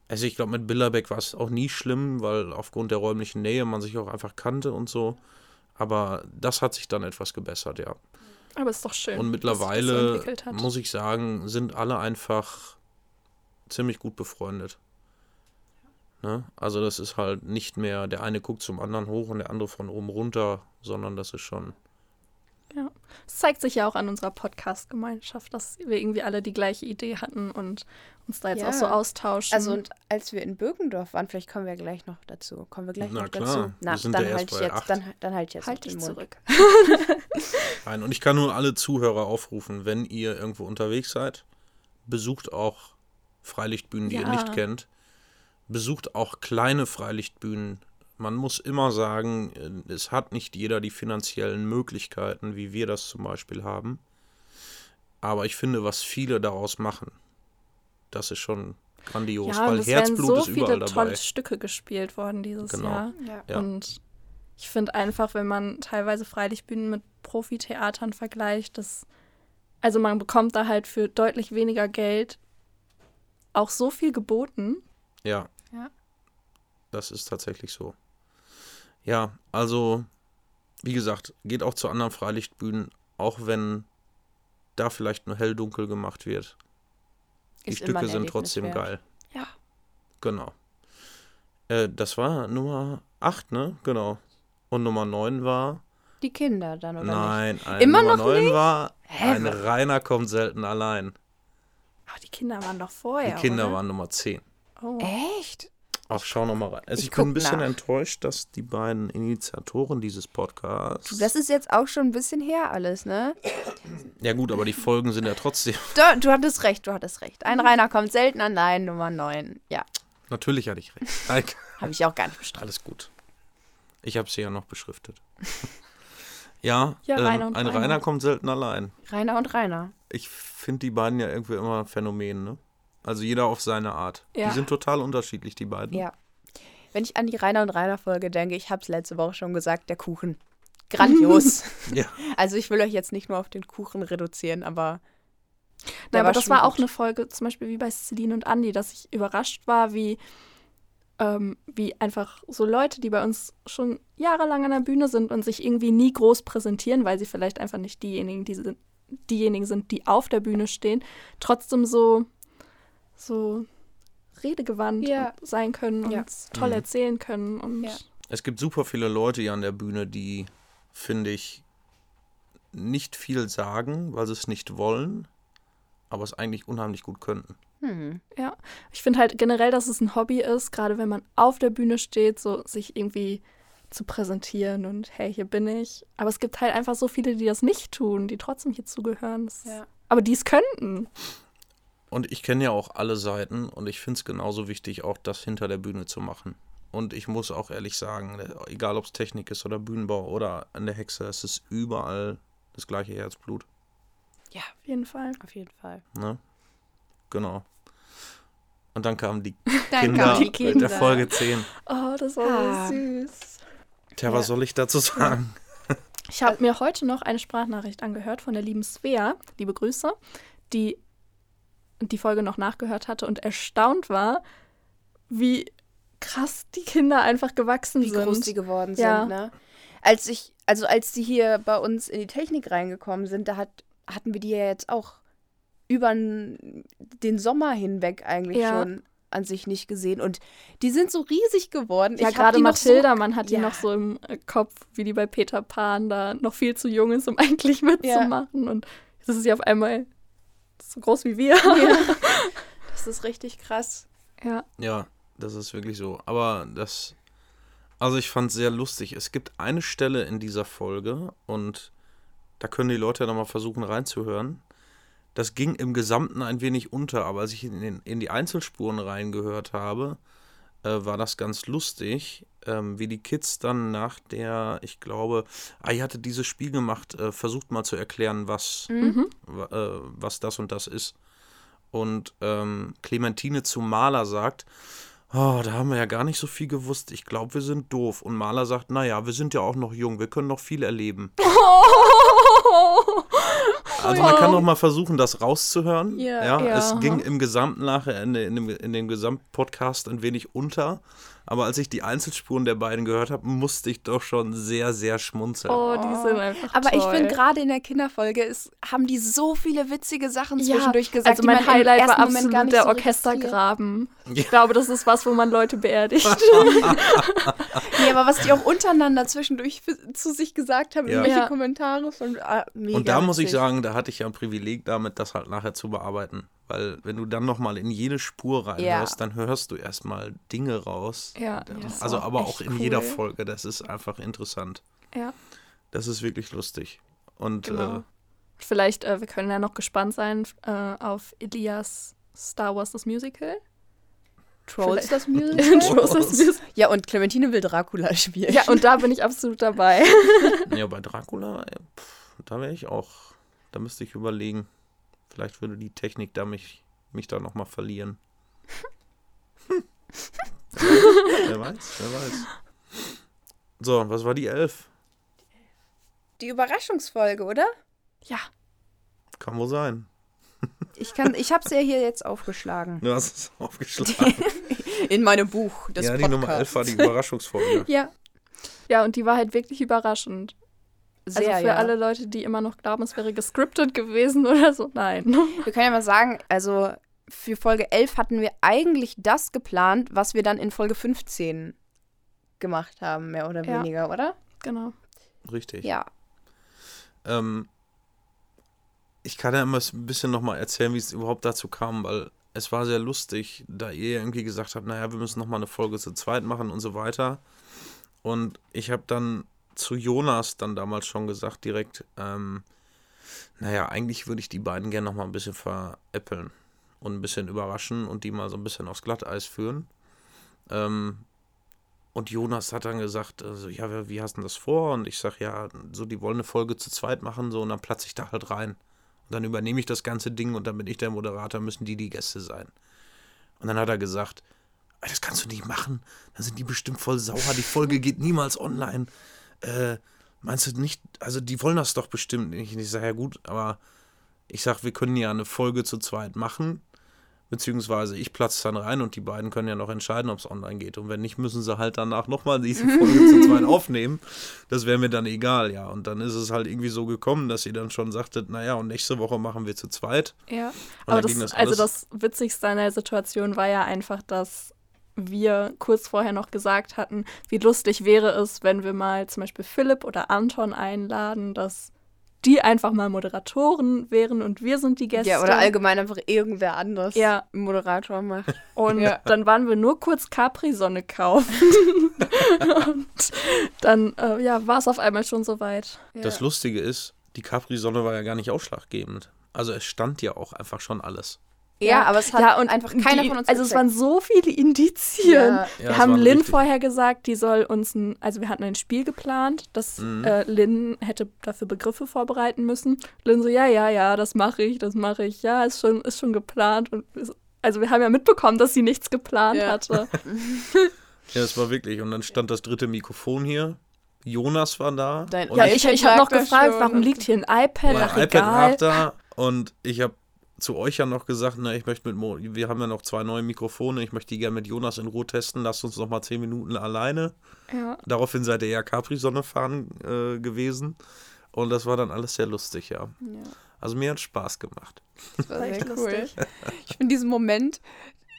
D: also ich glaube, mit Billerbeck war es auch nie schlimm, weil aufgrund der räumlichen Nähe man sich auch einfach kannte und so. Aber das hat sich dann etwas gebessert, ja.
B: aber es ist doch schön.
D: Und
B: dass sich das so
D: mittlerweile,
B: entwickelt hat.
D: muss ich sagen, sind alle einfach ziemlich gut befreundet. Ne? Also das ist halt nicht mehr, der eine guckt zum anderen hoch und der andere von oben runter, sondern das ist schon.
B: Es zeigt sich ja auch an unserer Podcast-Gemeinschaft, dass wir irgendwie alle die gleiche Idee hatten und uns da jetzt
C: Ja.
B: auch so austauschen.
C: Also und als wir in Birkendorf waren, vielleicht kommen wir gleich noch dazu. Kommen wir gleich
D: Na
C: noch
D: klar,
C: dazu.
D: wir sind ja
C: dann
D: erst
C: halt ich
D: bei
C: jetzt,
D: acht.
C: dann, dann halt ich jetzt noch
B: halt
C: den
B: dich
C: Mund.
B: zurück.
D: Nein, und ich kann nur alle Zuhörer aufrufen, wenn ihr irgendwo unterwegs seid, besucht auch Freilichtbühnen, die ihr
B: Ja.
D: nicht kennt. Besucht auch kleine Freilichtbühnen. Man muss immer sagen, äh, es hat nicht jeder die finanziellen Möglichkeiten, wie wir das zum Beispiel haben. Aber ich finde, was viele daraus machen, das ist schon grandios,
B: Ja, und
D: weil
B: es werden
D: Herzblut
B: so
D: ist überall
B: viele
D: dabei.
B: tolle Stücke gespielt worden dieses
D: Genau.
B: Jahr.
C: Ja.
D: Ja.
B: Und ich finde einfach, wenn man teilweise Freilichtbühnen mit Profitheatern vergleicht, das, also man bekommt da halt für deutlich weniger Geld auch so viel geboten.
D: Ja.
C: Ja.
D: Das ist tatsächlich so. Ja, also, wie gesagt, geht auch zu anderen Freilichtbühnen, auch wenn da vielleicht nur hell-dunkel gemacht wird. Die
C: Ist immer
D: Stücke
C: ein
D: sind
C: Erlebnis
D: trotzdem
C: wert.
D: geil.
B: Ja.
D: Genau. Äh, das war Nummer 8, ne? Genau. Und Nummer 9 war.
C: Die Kinder dann, oder
D: nein, ein
C: Immer
D: Nummer
C: noch
D: 9 war.
C: Hä,
D: Ein
C: wa-
D: Rainer kommt selten allein.
B: Aber die Kinder waren doch
C: Oh
D: Die
B: vorher.
D: Kinder
B: oder?
D: waren Nummer 10.
B: Oh.
C: nicht? Echt?
D: Ach, schau noch mal rein. Also
C: Ich
D: ich, bin ein
C: guck
D: bisschen
C: nach.
D: enttäuscht, dass die beiden Initiatoren dieses Podcasts.
C: Das ist jetzt auch schon ein bisschen her alles, ne?
D: ja gut, aber die Folgen sind ja trotzdem.
C: Du, du hattest recht, du hattest recht. Ein Rainer kommt selten an, nein, Nummer 9. Ja,
D: Natürlich hatte ich recht. Nein,
C: habe ich auch gar nicht bestritten.
D: alles gut. Ich habe sie ja noch beschriftet. Ja,
B: Ja,
D: ähm,
B: Rainer und
D: ein
B: Rainer.
D: Rainer kommt selten allein.
C: Rainer und Rainer.
D: Ich finde die beiden ja irgendwie immer ein Phänomen, ne? Also jeder auf seine Art.
B: Ja.
D: Die sind total unterschiedlich, die beiden.
C: Ja. Mhm. Wenn ich an die Rainer und Rainer Folge denke, ich habe es letzte Woche schon gesagt, der Kuchen. Grandios.
D: Ja.
C: also ich will euch jetzt nicht nur auf den Kuchen reduzieren, aber
B: Na,
C: Der
B: aber
C: war
B: das
C: schon
B: war
C: gut.
B: auch eine Folge, zum Beispiel wie bei Celine und Andy, dass ich überrascht war, wie, ähm, wie einfach so Leute, die bei uns schon jahrelang an der Bühne sind und sich irgendwie nie groß präsentieren, weil sie vielleicht einfach nicht diejenigen, die sind, diejenigen sind, die auf der Bühne stehen, trotzdem so, so redegewandt
C: Ja.
B: und sein können
C: Ja.
B: und toll
D: Mhm.
B: erzählen können. Und
C: Ja.
D: Es gibt super viele Leute hier an der Bühne, die, finde ich, nicht viel sagen, weil sie es nicht wollen, aber es eigentlich unheimlich gut könnten.
C: hm.
B: Ich finde halt generell, dass es ein Hobby ist, gerade wenn man auf der Bühne steht, so sich irgendwie zu präsentieren und hey, hier bin ich. Aber es gibt halt einfach so viele, die das nicht tun, die trotzdem hierzu gehören. Das-
C: Ja.
B: Aber die es könnten.
D: Und ich kenne ja auch alle Seiten und ich finde es genauso wichtig, auch das hinter der Bühne zu machen. Und ich muss auch ehrlich sagen, egal ob es Technik ist oder Bühnenbau oder an der Hexe, es ist überall das gleiche Herzblut.
B: Auf jeden Fall.
C: auf jeden Fall.
D: Ne? Genau. Und dann kamen die
C: Dann
D: Kinder,
C: kamen die
D: mit der Folge 10.
B: Oh, das war
C: Ah.
B: so süß.
D: Tja, was soll ich dazu sagen?
B: Ich habe mir heute noch eine Sprachnachricht angehört von der lieben Svea, liebe Grüße, die die Folge noch nachgehört hatte und erstaunt war, wie krass die Kinder einfach gewachsen
C: wie
B: sind.
C: groß die geworden
B: Ja.
C: sind, ne? Als ich, also als die hier bei uns in die Technik reingekommen sind, da hat, hatten wir die ja jetzt auch über den Sommer hinweg eigentlich
B: Ja.
C: schon an sich nicht gesehen. Und die sind so riesig geworden.
B: Ja,
C: Ich hab
B: gerade
C: die noch so-
B: Mathilda, man hat die
C: Ja.
B: noch so im äh, Kopf, wie die bei Peter Pan da noch viel zu jung ist, um eigentlich mitzumachen. Und jetzt ist sie auf einmal so groß wie wir.
C: Ja. Das ist richtig krass.
B: Ja,
D: Ja, das ist wirklich so. Aber das, also ich fand es sehr lustig. Es gibt eine Stelle in dieser Folge und da können die Leute ja nochmal versuchen reinzuhören. Das ging im Gesamten ein wenig unter, aber als ich in, den, in die Einzelspuren reingehört habe, äh, war das ganz lustig, ähm, wie die Kids dann nach der, ich glaube, ah, ihr hattet dieses Spiel gemacht, äh, versucht mal zu erklären, was,
B: mhm.
D: wa- äh, was das und das ist. Und ähm, Clementine zu Maler sagt, oh, da haben wir ja gar nicht so viel gewusst. Ich glaube, wir sind doof. Und Maler sagt, naja, wir sind ja auch noch jung, wir können noch viel erleben. Also man kann noch mal versuchen, das rauszuhören.
C: Ja,
B: ja,
D: es
B: aha.
D: ging im Gesamten nachher in, de- in, dem, in dem Gesamtpodcast ein wenig unter. Aber als ich die Einzelspuren der beiden gehört habe, musste ich doch schon sehr, sehr schmunzeln.
B: Oh, die sind einfach
C: Aber ich
B: toll.
C: finde gerade in der Kinderfolge ist, haben die so viele witzige Sachen zwischendurch gesagt,
B: also
C: die
B: mein
C: man im
B: Highlight war
C: ersten Moment
B: absolut
C: gar nicht
B: der
C: so registriert.
B: Orchestergraben. Ich
D: Ja.
B: glaube, das ist was, wo man Leute beerdigt.
C: Nee, aber was die auch untereinander zwischendurch für, zu sich gesagt haben,
D: Ja.
C: irgendwelche
B: Ja.
C: Kommentare von ah, mega
D: Und da muss ich
C: witzig.
D: sagen, da hatte ich ja ein Privileg damit, das halt nachher zu bearbeiten. Weil wenn du dann nochmal in jede Spur reinhörst, dann hörst du erstmal Dinge raus.
B: ja,
C: das
D: also
C: war
D: aber
C: echt
D: auch in jeder
B: cool.
D: Folge. Das ist einfach interessant.
B: ja.
D: Das ist wirklich lustig. Und
B: Genau.
D: äh,
B: Vielleicht, äh, wir können ja noch gespannt sein äh, auf Elias Star Wars das Musical.
C: Trolls
B: Vielleicht-
C: das Musical.
B: Trolls das Musical.
C: ja, und Clementine will Dracula spielen.
B: Ja, und da bin ich absolut dabei.
D: ja, bei Dracula, äh, pff, da wäre ich auch. Da müsste ich überlegen. Vielleicht würde die Technik da mich, mich da nochmal verlieren. Hm. wer weiß, wer weiß. So, was war die Elf?
C: Die Überraschungsfolge, oder?
B: Ja,
D: Kann wohl sein.
C: Ich kann, ich hab's ja hier jetzt aufgeschlagen.
D: Du hast es aufgeschlagen.
C: In meinem Buch des
D: ja, die
C: Podcasts.
D: Nummer 11 war die Überraschungsfolge.
C: Ja,
B: ja, und die war halt wirklich überraschend.
C: sehr,
B: also für
C: ja.
B: alle Leute, die immer noch glauben, es wäre gescriptet gewesen oder so, nein.
C: Wir können ja mal sagen, also für Folge 11 hatten wir eigentlich das geplant, was wir dann in Folge 15 gemacht haben, mehr oder
B: Ja.
C: weniger, oder?
B: genau.
D: Richtig.
C: Ja.
D: Ähm, ich kann ja immer s- ein bisschen nochmal erzählen, wie es überhaupt dazu kam, weil es war sehr lustig, da ihr ja irgendwie gesagt habt, naja, wir müssen nochmal eine Folge zu zweit machen und so weiter. Und ich habe dann zu Jonas dann damals schon gesagt direkt, ähm, naja, eigentlich würde ich die beiden gerne nochmal ein bisschen veräppeln und ein bisschen überraschen und die mal so ein bisschen aufs Glatteis führen. Ähm, Und Jonas hat dann gesagt, äh, so, ja, wie- wie hast du das vor? Und ich sag, ja, so, die wollen eine Folge zu zweit machen, so, und dann platze ich da halt rein. Und dann übernehme ich das ganze Ding und dann bin ich der Moderator, müssen die die Gäste sein. Und dann hat er gesagt, "Ah, das kannst du nicht machen. Dann sind die bestimmt voll sauer. Die Folge geht niemals online. Äh, meinst du nicht? Also die wollen das doch bestimmt nicht. Und ich sage, ja gut, aber ich sage, wir können ja eine Folge zu zweit machen. Beziehungsweise ich platze dann rein und die beiden können ja noch entscheiden, ob es online geht. Und wenn nicht, müssen sie halt danach nochmal diese Folge zu zweit aufnehmen. Das wäre mir dann egal, ja. Und dann ist es halt irgendwie so gekommen, dass ihr dann schon sagtet, naja, und nächste Woche machen wir zu zweit.
B: Ja,
D: dann
B: aber
D: ging
B: das,
D: das
B: also
D: alles.
B: das Witzigste an der Situation war ja einfach, dass wir kurz vorher noch gesagt hatten, wie lustig wäre es, wenn wir mal zum Beispiel Philipp oder Anton einladen, dass die einfach mal Moderatoren wären und wir sind die Gäste.
C: Ja, oder allgemein einfach irgendwer anders
B: Ja.
C: Moderator macht.
B: Und
C: Ja.
B: dann waren wir nur kurz Capri-Sonne kaufen. und dann äh, ja, war es auf einmal schon soweit.
D: Das Lustige ist, die Capri-Sonne war ja gar nicht ausschlaggebend. Also es stand ja auch einfach schon alles.
C: Ja, aber es hat
B: Ja, und
C: einfach keiner
B: die,
C: von uns
B: Also es
C: gecheckt.
B: waren so viele Indizien.
C: Ja.
D: Ja,
B: wir
D: es
B: haben
D: waren
B: Lynn
D: richtig-
B: vorher gesagt, die soll uns ein, also wir hatten ein Spiel geplant, das
D: Mhm.
B: äh, Lynn hätte dafür Begriffe vorbereiten müssen. Lynn so, ja, ja, ja, das mache ich, das mache ich, ja, ist schon, ist schon geplant. Und wir so- also wir haben ja mitbekommen, dass sie nichts geplant
C: Ja.
B: hatte.
D: Ja, es war wirklich. Und dann stand das dritte Mikrofon hier. Jonas war da.
C: Dein-
D: und
B: Ja,
C: Ja,
B: ich,
C: ich
B: ich habe noch
C: sag das
B: gefragt,
C: schon.
B: warum liegt hier ein iPad?
D: mein
B: Ach,
D: iPad lag
B: egal.
D: da. Und ich habe zu euch ja noch gesagt, na, ich möchte mit Mo, wir haben ja noch zwei neue Mikrofone, ich möchte die gerne mit Jonas in Ruhe testen, lasst uns noch mal zehn Minuten alleine.
B: Ja.
D: Daraufhin seid ihr ja Capri-Sonne fahren äh, gewesen. Und das war dann alles sehr lustig, ja. Also mir hat Spaß gemacht.
C: Das war
B: War echt
C: sehr cool.
B: lustig.
C: Ich finde diesen Moment,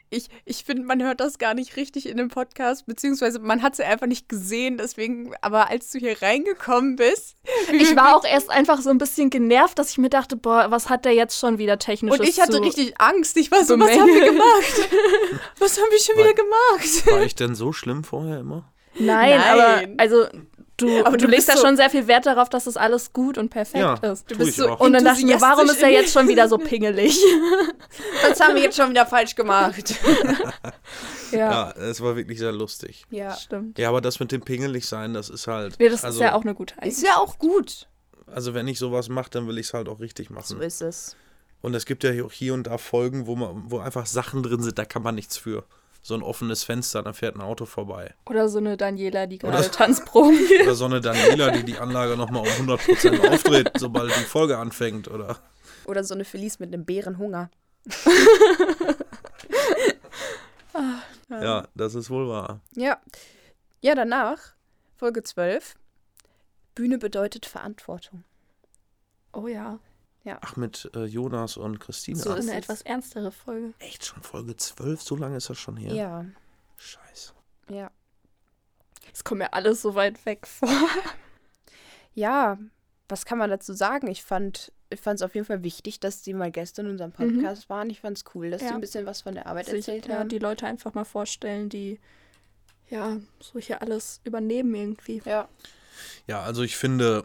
C: ich, ich finde, man hört das gar nicht richtig in dem Podcast, beziehungsweise man hat es ja einfach nicht gesehen, deswegen, aber als du hier reingekommen bist, wie
B: Ich
C: wir-
B: war auch erst einfach so ein bisschen genervt, dass ich mir dachte, boah, was hat der jetzt schon wieder technisches
C: und ich hatte
B: zu
C: richtig Angst. Ich war so, was haben
B: bemängeln?
C: wir gemacht? Was haben wir schon wieder gemacht?
D: War ich denn so schlimm vorher immer?
B: Nein,
C: Nein.
B: aber also du,
C: Aber
B: du,
C: du
B: legst
C: bist
B: da
C: so-
B: schon sehr viel Wert darauf, dass das alles gut und perfekt
D: Ja,
B: ist.
D: tu
C: bist
D: ich
C: so
D: auch.
B: Und dann dachte ich mir, warum ist er jetzt schon wieder so pingelig?
C: Was haben wir jetzt schon wieder falsch gemacht?
D: Ja, es war wirklich sehr lustig.
C: Ja.
B: stimmt.
D: Ja, aber das mit dem pingelig sein, das ist halt.
B: Nee, das
D: also,
B: ist ja auch eine gute
C: Ist
B: Eigenschaft.
C: ja auch gut.
D: Also wenn ich sowas mache, dann will ich es halt auch richtig machen.
C: ist es.
D: Und es gibt ja hier- auch hier und da Folgen, wo man, wo einfach Sachen drin sind, da kann man nichts für. So ein offenes Fenster, da fährt ein Auto vorbei.
B: Oder so eine Daniela, die gerade
D: Oder-
B: Tanzprobe.
D: Oder so eine Daniela, die die Anlage nochmal um 100% aufdreht, sobald die Folge anfängt. Oder
C: Oder so eine Felice mit einem Bärenhunger.
D: ja, das ist wohl wahr.
C: Ja. Ja, danach, Folge 12. Bühne bedeutet Verantwortung.
B: Oh ja,
D: Ach, mit äh, Jonas und Christina.
C: So ist
B: eine
C: es.
B: etwas ernstere Folge.
D: Echt schon Folge 12? So lange ist das schon her?
C: Ja.
D: Scheiße.
C: Ja.
B: Es kommt mir alles so weit weg vor.
C: Ja, was kann man dazu sagen? Ich fand ich fand es auf jeden Fall wichtig, dass sie mal Gäste in unserem Podcast waren. Ich fand es cool, dass
B: Mhm. Ja.
C: sie ein bisschen was von der Arbeit
B: Sich
C: erzählt
B: ja,
C: haben.
B: die Leute einfach mal vorstellen, die ja so hier alles übernehmen irgendwie.
C: ja.
D: Ja, also ich finde,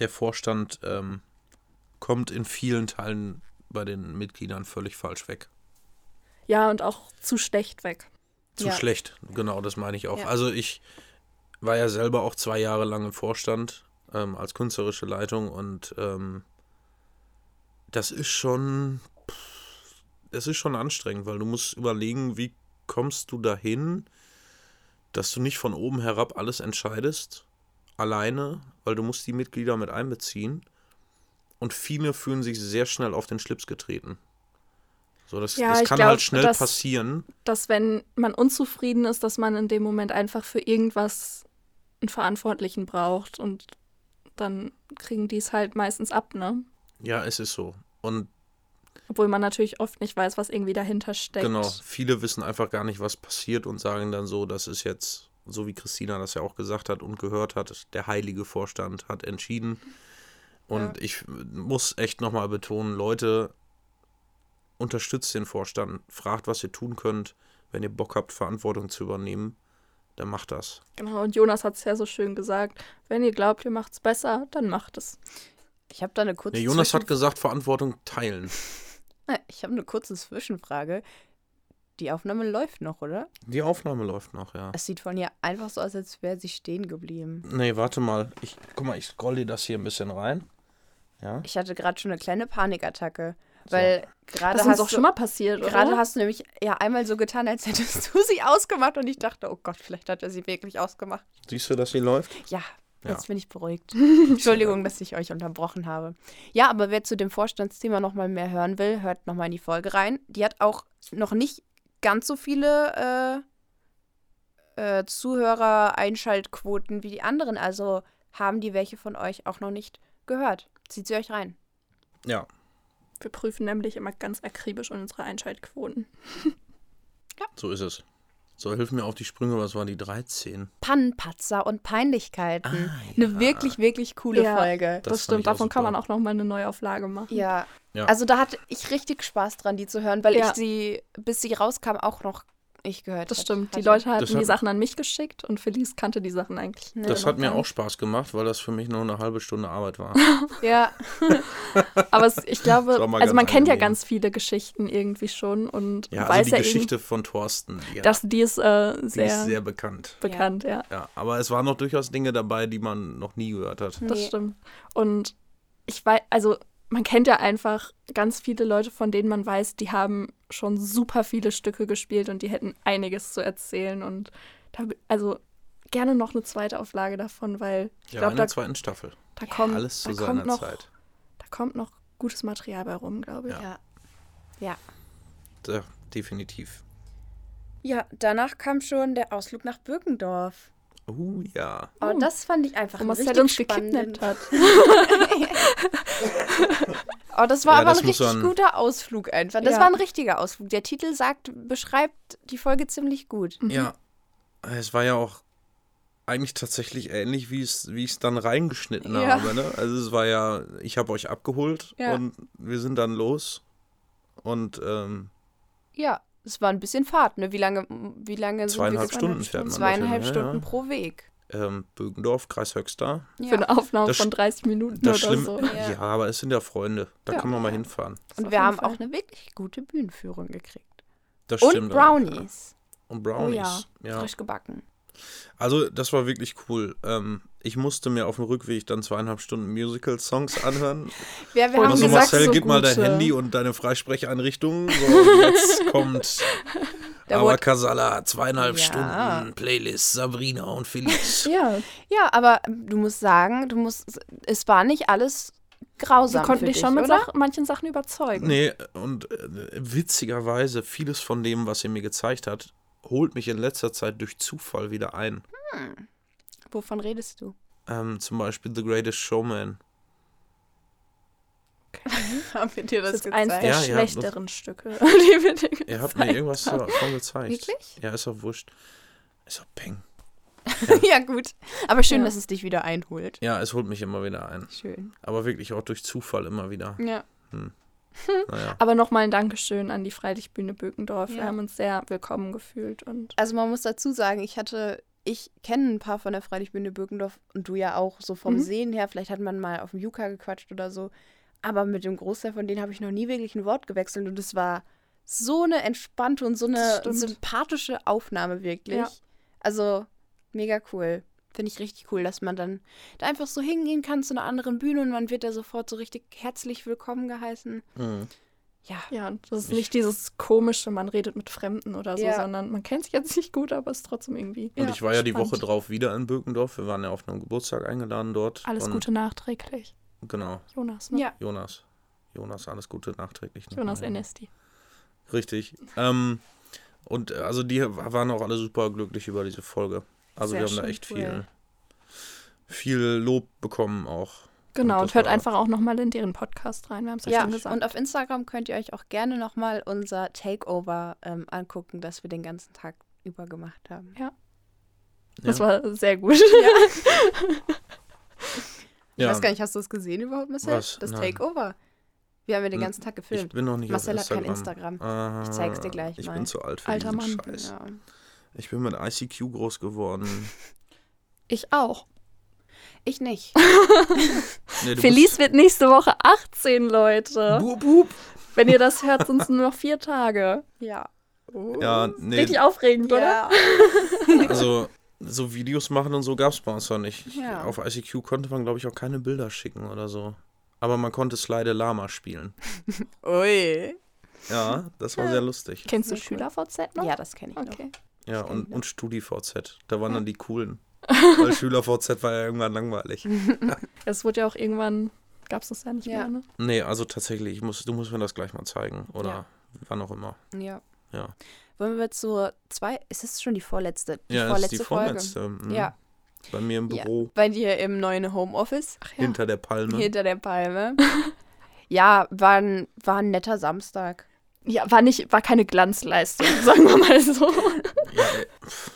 D: der Vorstand ähm, kommt in vielen Teilen bei den Mitgliedern völlig falsch weg.
B: Ja, und auch zu schlecht weg.
D: Zu
C: Ja.
D: schlecht, genau, das meine ich auch.
C: Ja.
D: Also ich war ja selber auch zwei Jahre lang im Vorstand ähm, als künstlerische Leitung und ähm, das ist schon, pff, das ist schon anstrengend, weil du musst überlegen, wie kommst du dahin, dass du nicht von oben herab alles entscheidest, alleine, weil du musst die Mitglieder mit einbeziehen und viele fühlen sich sehr schnell auf den Schlips getreten. So, das,
B: Ja,
D: das
B: ich
D: kann
B: glaub,
D: halt schnell
B: das-
D: passieren.
B: dass wenn man unzufrieden ist, dass man in dem Moment einfach für irgendwas einen Verantwortlichen braucht und dann kriegen die es halt meistens ab, ne?
D: Ja, es ist so. Und
B: Obwohl man natürlich oft nicht weiß, was irgendwie dahinter steckt.
D: genau, viele wissen einfach gar nicht, was passiert und sagen dann so, das ist jetzt, so wie Christina das ja auch gesagt hat und gehört hat, der heilige Vorstand hat entschieden. Und ich muss echt nochmal betonen, Leute, unterstützt den Vorstand, fragt, was ihr tun könnt, wenn ihr Bock habt, Verantwortung zu übernehmen, dann macht das.
B: Genau, und Jonas hat es ja so schön gesagt, wenn ihr glaubt, ihr macht's besser, dann macht es.
C: Ich habe da eine kurze
D: Nee, Jonas
C: Zwischen
D: hat gesagt, Verantwortung teilen.
C: Ich habe eine kurze Zwischenfrage. Die Aufnahme läuft noch, oder?
D: Die Aufnahme läuft noch, ja.
C: Es sieht von hier einfach so aus, als wäre sie stehen geblieben.
D: Nee, warte mal. Ich, guck mal, ich scroll dir das hier ein bisschen rein. Ja.
C: Ich hatte gerade schon eine kleine Panikattacke, Weil
B: Das
C: gerade
B: ist uns
C: hast,
B: auch schon
C: du-
B: mal passiert,
C: gerade
B: oder?
C: hast du nämlich ja einmal so getan, als hättest du sie ausgemacht und ich dachte, oh Gott, vielleicht hat er sie wirklich ausgemacht.
D: Siehst du, dass sie läuft?
C: Ja,
D: Ja.
C: jetzt bin ich beruhigt. Entschuldigung, dass ich euch unterbrochen habe. Ja, aber wer zu dem Vorstandsthema noch mal mehr hören will, hört noch mal in die Folge rein. Die hat auch noch nicht ganz so viele äh, äh, Zuhörer-Einschaltquoten wie die anderen. Also haben die welche von euch auch noch nicht gehört. Zieht sie euch rein.
D: Ja.
B: Wir prüfen nämlich immer ganz akribisch unsere Einschaltquoten.
D: So ist es. So, hilf mir auf die Sprünge, was war die 13?
C: Pannenpatzer und Peinlichkeiten.
D: Ah,
C: Eine
D: ja.
C: wirklich, wirklich coole
B: Ja.
C: Folge.
B: Das,
D: fand ich
B: stimmt,
D: auch
B: davon kann
D: super.
B: man auch nochmal eine Neuauflage machen.
C: Ja.
D: Ja.
C: Also da hatte ich richtig Spaß dran, die zu hören, weil
B: Ja.
C: ich sie, bis sie rauskam, auch noch nicht gehört
B: Das
C: hat-
B: stimmt. Die
C: hatte. Also,
B: Leute hatten
D: Das hat-
B: die Sachen an mich geschickt und Felice kannte die Sachen eigentlich.
C: Nee,
D: Das
C: noch
D: hat mir
C: gar
D: auch Spaß gemacht, weil das für mich nur eine halbe Stunde Arbeit war.
C: nicht. Ja,
B: Aber es, ich glaube,
D: Das war mal
B: also man
D: ganz
B: kennt ja
D: angenehm.
B: ganz viele Geschichten irgendwie schon und
D: Ja,
B: weiß
D: also die
B: ja
D: Geschichte von Thorsten, die,
B: eben, dass die ist, äh,
D: die ist
B: sehr,
D: sehr bekannt.
B: bekannt, ja.
D: Ja, aber es waren noch durchaus Dinge dabei, die man noch nie gehört hat.
B: Das
C: Nee.
B: stimmt. Und ich weiß, also man kennt ja einfach ganz viele Leute, von denen man weiß, die haben schon super viele Stücke gespielt und die hätten einiges zu erzählen. Und da, also gerne noch eine zweite Auflage davon, weil ich
D: Ja,
B: glaube,
D: in
B: da,
D: der zweiten Staffel.
B: da, kommt,
D: Alles zu
B: da,
D: seiner
B: kommt noch,
D: Zeit.
B: da kommt noch gutes Material bei rum, glaube ich.
D: Ja.
C: ja. Ja.
D: Ja, definitiv.
C: Ja, danach kam schon der Ausflug nach Birkendorf.
D: Oh ja.
C: Aber
B: Oh.
C: das fand ich einfach
B: Wo
C: einen
B: Marcel
C: richtig
B: uns
C: spannenden.
B: gekidnappt hat.
C: Oh, das war
D: Ja,
C: aber
D: das
C: ein
D: muss
C: richtig
D: man-
C: guter Ausflug einfach. Das
B: Ja.
C: war ein richtiger Ausflug. Der Titel sagt, beschreibt die Folge ziemlich gut.
B: Mhm.
D: Ja. Es war ja auch eigentlich tatsächlich ähnlich, wie es, wie ich es dann reingeschnitten
C: Ja.
D: habe. Ne? Also es war ja, ich habe euch abgeholt
C: Ja.
D: und wir sind dann los. Und ähm,
C: Ja, es war ein bisschen Fahrt, ne? Wie lange, wie lange sind
D: Zweieinhalb
C: wir
D: Stunden fährt
C: Stunden,
D: man dorthin,
C: Zweieinhalb
D: ja,
C: Stunden
D: ja.
C: pro Weg.
D: ähm, Bögendorf, Kreis Höxter.
B: Für eine Aufnahme
D: Das
B: von
D: sch-
B: 30 Minuten
D: Das
B: oder
D: schlimm.
B: so.
D: Ja. aber es sind ja Freunde. Da
B: Ja.
D: kann man mal hinfahren.
C: Und
B: auf
C: wir
B: jeden
C: haben
B: Fall.
C: auch eine wirklich gute Bühnenführung gekriegt.
D: Das
C: Und
D: stimmt auch.
C: Brownies.
D: Und
C: Oh
D: Brownies.
C: ja.
D: ja.
C: Frisch gebacken.
D: Also, das war wirklich cool. Ähm, ich musste mir auf dem Rückweg dann zweieinhalb Stunden Musical-Songs anhören.
C: Ja, wir
B: Und
C: haben
D: also,
B: gesagt,
D: Marcel,
B: so
D: gib mal dein
B: gute-
D: Handy und deine Freisprecheinrichtung. So, jetzt kommt
C: Da
D: Aber
C: wurde-
D: Casala, zweieinhalb
C: Ja.
D: Stunden Playlist Sabrina und Felix.
B: Ja,
C: Ja, aber ähm, du musst sagen, du musst, es war nicht alles
B: sie
C: grausam.
B: konnten
C: für
B: dich
C: dich
B: schon mit
C: oder?
B: Sach manchen Sachen überzeugen.
D: nee, und äh, witzigerweise, vieles von dem, was ihr mir gezeigt hat, holt mich in letzter Zeit durch Zufall wieder ein.
C: Wovon redest du?
D: Ähm, zum Beispiel The Greatest Showman.
C: Haben wir dir
B: Das ist eins der
D: Ja, ja, das-
B: schlechteren Stücke, die wir dir
D: Ihr habt mir
B: gezeigt
D: irgendwas
B: haben.
D: davon gezeigt.
C: Wirklich?
D: Ja, ist doch wurscht. Ist doch peng.
C: ja, gut. Aber schön,
B: Ja.
C: dass es dich wieder einholt.
D: Ja, es holt mich immer wieder ein.
C: Schön.
D: Aber wirklich auch durch Zufall immer wieder.
C: Ja. Hm.
D: Naja.
B: Aber nochmal ein Dankeschön an die Freilichtbühne Bökendorf. Wir
C: Ja.
B: haben uns sehr willkommen gefühlt und
C: Also man muss dazu sagen, ich hatte, ich kenne ein paar von der Freilichtbühne Birkendorf und du ja auch so vom
B: Mhm.
C: Sehen her. Vielleicht hat man mal auf dem Yuka gequatscht oder so. Aber mit dem Großteil von denen habe ich noch nie wirklich ein Wort gewechselt und es war so eine entspannte und so
B: Das
C: eine
B: stimmt.
C: sympathische Aufnahme wirklich.
B: Ja.
C: Also mega cool. Finde ich richtig cool, dass man dann da einfach so hingehen kann zu einer anderen Bühne und man wird da sofort so richtig herzlich willkommen geheißen.
D: Mhm.
C: Ja,
B: ja, und das ist
D: Ich-
B: nicht dieses komische, man redet mit Fremden oder so,
C: Ja.
B: sondern man kennt sich jetzt nicht gut, aber ist trotzdem irgendwie.
D: Und
C: Ja,
D: ich war ja die
B: spannend.
D: Woche drauf wieder in Birkendorf. Wir waren ja auf einem Geburtstag eingeladen dort.
B: Alles
D: und,
B: Gute nachträglich.
D: Genau.
B: Jonas, ne?
C: Ja.
D: Jonas. Jonas, alles Gute nachträglich. nochmal.
B: Jonas Ernesti.
D: Richtig. Ähm, und äh, also die waren auch alle super glücklich über diese Folge. Also
C: Sehr
D: wir haben da
C: schön,
D: echt
C: cool.
D: viel, viel Lob bekommen auch.
B: Genau,
D: das
B: und hört
D: war-
B: einfach auch nochmal in deren Podcast rein. Wir haben es ja,
C: Ja,
B: schon gesagt.
C: und auf Instagram könnt ihr euch auch gerne nochmal unser Takeover ähm, angucken, das wir den ganzen Tag über gemacht haben.
B: das
D: Ja.
B: war sehr gut.
C: Ich weiß gar
D: Ja,
C: nicht, hast du das gesehen überhaupt, Marcel?
D: Was?
C: Das
D: Nein.
C: Takeover. Wir haben ja den
D: Hm,
C: ganzen Tag
D: ich
C: gefilmt.
D: bin noch nicht
C: Marcel
D: auf
C: hat kein
D: Instagram. Ah,
C: Ich zeig's dir gleich
D: ich
C: mal.
D: bin zu alt für
B: Alter
D: diesen
B: Mann.
D: Scheiß.
C: Ja.
D: Ich bin mit ICQ groß geworden.
B: Ich auch.
C: Ich nicht.
D: Nee, du
B: Felice wird nächste Woche 18, Leute.
D: bist- Bup, bup.
B: Wenn ihr das hört, sind es nur noch vier Tage.
C: Ja.
D: Ja, nee,
B: Richtig aufregend, oder?
C: ja.
D: also so Videos machen und so gab es bei uns noch nicht.
C: Ja.
D: Auf ICQ konnte man, glaube ich, auch keine Bilder schicken oder so. aber man konnte Slide Lama spielen.
C: Ui.
D: Ja, das war sehr lustig.
B: Kennst du
C: Sehr cool.
B: SchülerVZ noch?
C: Ja, das kenne ich
B: Okay.
D: Ja, und,
C: Stimmt,
D: und StudiVZ. Da waren dann die coolen. Weil SchülerVZ war ja irgendwann langweilig.
C: Mhm.
B: Es wurde ja auch irgendwann, gab es das ja nicht
C: Ja.
B: mehr, ne?
D: Nee, also tatsächlich, ich muss, du musst mir das gleich mal zeigen. Oder
C: Ja.
D: wann auch immer.
C: noch. Ja.
D: Ja.
C: Wollen wir zur zwei? Ist es schon die vorletzte? Die
D: ja, das ist
C: vorletzte
D: die
C: Folge.
D: vorletzte. mhm.
C: Ja.
D: Bei mir im
C: Ja.
D: Büro,
C: Bei dir im neuen Homeoffice.
B: ja.
D: hinter der
B: Ne?
D: Palme.
C: Hinter der Palme. ja, war ein, war ein netter Samstag.
B: Ja, war nicht, war keine Glanzleistung, sagen wir mal so.
D: Ja, äh, pff.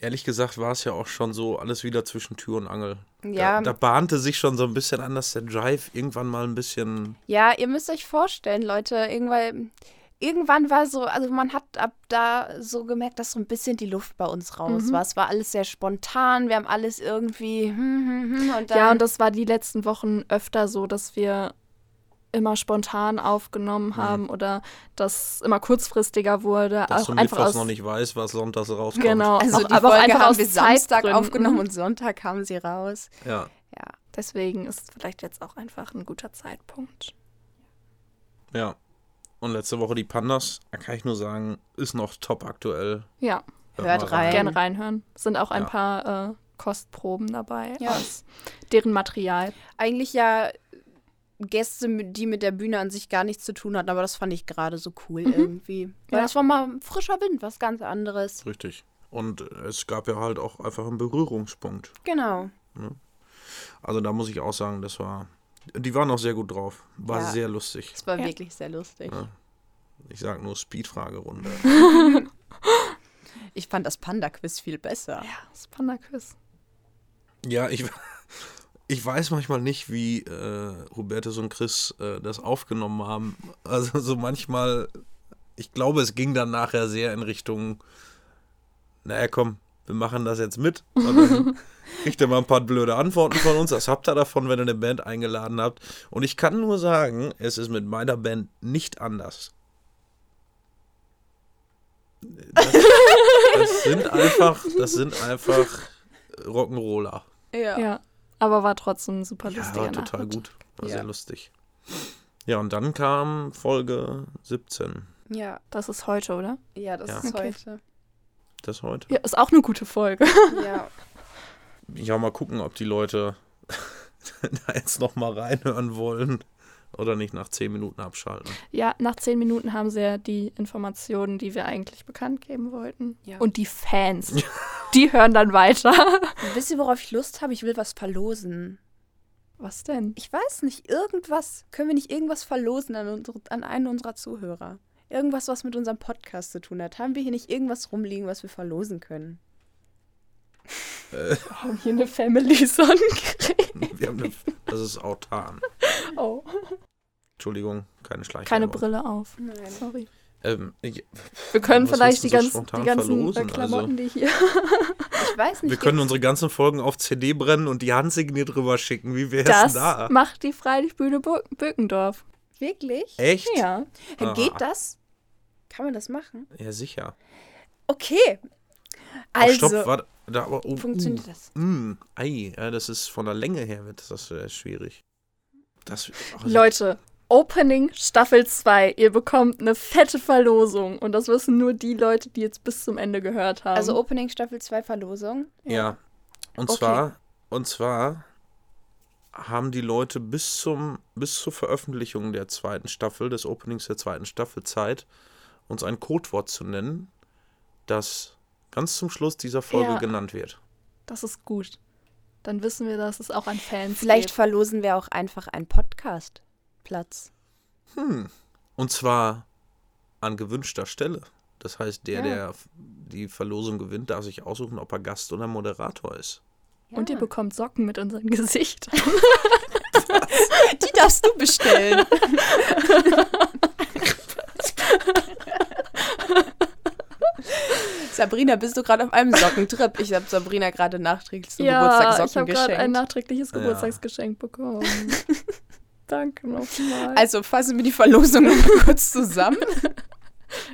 D: ehrlich gesagt war es ja auch schon so alles wieder zwischen Tür und Angel.
C: Ja.
D: Da, da bahnte sich schon so ein bisschen an, dass der Drive irgendwann mal ein bisschen.
C: Ja, ihr müsst euch vorstellen, Leute, irgendwann, irgendwann war so, also man hat ab da so gemerkt, dass so ein bisschen die Luft bei uns raus
B: Mhm.
C: war. Es war alles sehr spontan, wir haben alles irgendwie hm, hm, hm, und dann,
B: Ja, und das war die letzten Wochen öfter so, dass wir immer spontan
D: Mhm.
B: aufgenommen haben oder dass immer kurzfristiger wurde.
D: Dass
B: auch
D: du
B: einfach
D: mittwochs
B: aus,
D: noch nicht weiß, was sonntags rauskommt.
B: Genau,
C: also
B: auch-
C: die Folge
B: einfach
C: haben
B: aus Mhm.
C: wir Samstag
B: Zeitgründen.
C: aufgenommen und Sonntag kamen sie raus.
D: Ja.
C: Ja,
B: Deswegen ist vielleicht jetzt auch einfach ein guter Zeitpunkt.
D: Ja. Und letzte Woche die Pandas, da kann ich nur sagen, ist noch top aktuell.
B: Ja,
C: Hört
D: mal
C: rein.
B: gerne reinhören. Sind auch ein
D: Ähm, Ja.
B: paar äh, Kostproben dabei
C: Ja.
B: aus deren Material.
C: eigentlich ja Gäste, mit- die mit der Bühne an sich gar nichts zu tun hatten, aber das fand ich gerade so cool irgendwie. Weil
B: Ja.
C: das war mal frischer Wind, was ganz anderes.
D: Richtig. Und es gab ja halt auch einfach einen Berührungspunkt.
C: Genau.
D: Also da muss ich auch sagen, das war. Die waren auch sehr gut drauf. War
C: Ja.
D: sehr lustig.
C: Das war
B: Ja.
C: wirklich sehr lustig.
D: Ja. Ich sag nur Speedfragerunde.
C: Ich fand das Panda-Quiz viel besser.
B: Ja, das Panda-Quiz.
D: Ja, ich, ich weiß manchmal nicht, wie äh, Hubertus und Chris äh, das aufgenommen haben. Also so manchmal, ich glaube, es ging dann nachher sehr in Richtung, naja, komm, wir machen das jetzt mit. Und dann kriegt ihr mal ein paar blöde Antworten von uns. Das habt ihr davon, wenn ihr eine Band eingeladen habt. Und ich kann nur sagen, es ist mit meiner Band nicht anders. Das, das sind einfach, das sind einfach Rock'n'Roller.
B: Ja. aber war trotzdem super
D: Ja,
B: lustig.
D: war total gut. War
C: Ja.
D: sehr lustig. Ja, und dann kam Folge 17.
C: Ja,
B: Das ist heute, oder?
C: ja, das
D: Ja.
C: ist
B: Okay.
C: heute.
D: Das heute.
B: Ja, ist auch eine gute Folge.
C: Ja.
D: Ja, mal gucken, ob die Leute da jetzt nochmal reinhören wollen oder nicht nach 10 Minuten abschalten.
B: Ja, nach zehn Minuten haben sie ja die Informationen, die wir eigentlich bekannt geben wollten.
C: Ja.
B: Und die Fans, die hören dann weiter.
C: Wisst ihr, worauf ich Lust habe? Ich will was verlosen.
B: Was denn?
C: Ich weiß nicht, irgendwas. Können wir nicht irgendwas verlosen an, unsere, an einen unserer Zuhörer? Irgendwas, was mit unserem Podcast zu tun hat. Haben wir hier nicht irgendwas rumliegen, was wir verlosen können?
B: Haben hier eine Family Sonnencreme.
D: Wir haben eine, das ist autan.
B: Oh.
D: Entschuldigung, keine Schleichwerbung.
B: Keine Brille auf.
C: Nein.
B: Sorry.
D: Ähm, ich,
B: Wir können
D: Was
B: vielleicht
D: willst
B: die,
D: du so
B: ganzen,
D: spontan
B: die ganzen äh,
D: verlosen? Also
B: Klamotten, die hier.
C: Ich weiß nicht.
D: wir können
C: gibt's-
D: unsere ganzen Folgen auf CD brennen und die handsigniert rüber schicken. Wie wär's
B: Das
D: denn da?
B: macht die Freilichtbühne Bö- Böckendorf.
C: Wirklich?
D: Echt?
B: Ja.
D: Ah.
C: Geht das? Kann man das machen?
D: Ja, sicher.
C: Okay.
D: Also,
C: Also,
D: stopp, warte. Da, oh, oh,
C: funktioniert das?
D: Mm, ei, ja, das ist von der Länge her wird das, das äh, schwierig. Das, also, ach,
B: Leute, Opening Staffel 2. Ihr bekommt eine fette Verlosung. Und das wissen nur die Leute, die jetzt bis zum Ende gehört haben.
C: Also Opening Staffel 2 Verlosung.
D: Ja. Und
C: Okay.
D: zwar, und zwar haben die Leute bis zum bis zur Veröffentlichung der zweiten Staffel des Openings der zweiten Staffel Zeit, uns ein Codewort zu nennen, das ganz zum Schluss dieser Folge
B: Ja.
D: genannt wird.
B: Das ist gut. Dann wissen wir, dass es auch an Fans
C: Vielleicht
B: gibt.
C: verlosen wir auch einfach einen Podcast-Platz.
D: Hm. Und zwar an gewünschter Stelle. Das heißt, der,
C: Ja.
D: der die Verlosung gewinnt, darf sich aussuchen, ob er Gast oder Moderator ist.
B: Und ihr bekommt Socken mit unserem Gesicht.
C: Die darfst du bestellen. Sabrina, bist du gerade auf einem Sockentrip? Ich habe Sabrina gerade nachträglich zum Geburtstag
B: ja, ich
C: Socken
B: habe gerade ein
C: geschenkt.
B: nachträgliches
D: Ja.
B: Geburtstagsgeschenk bekommen. Danke nochmal.
C: Also fassen wir die Verlosung nochmal kurz zusammen.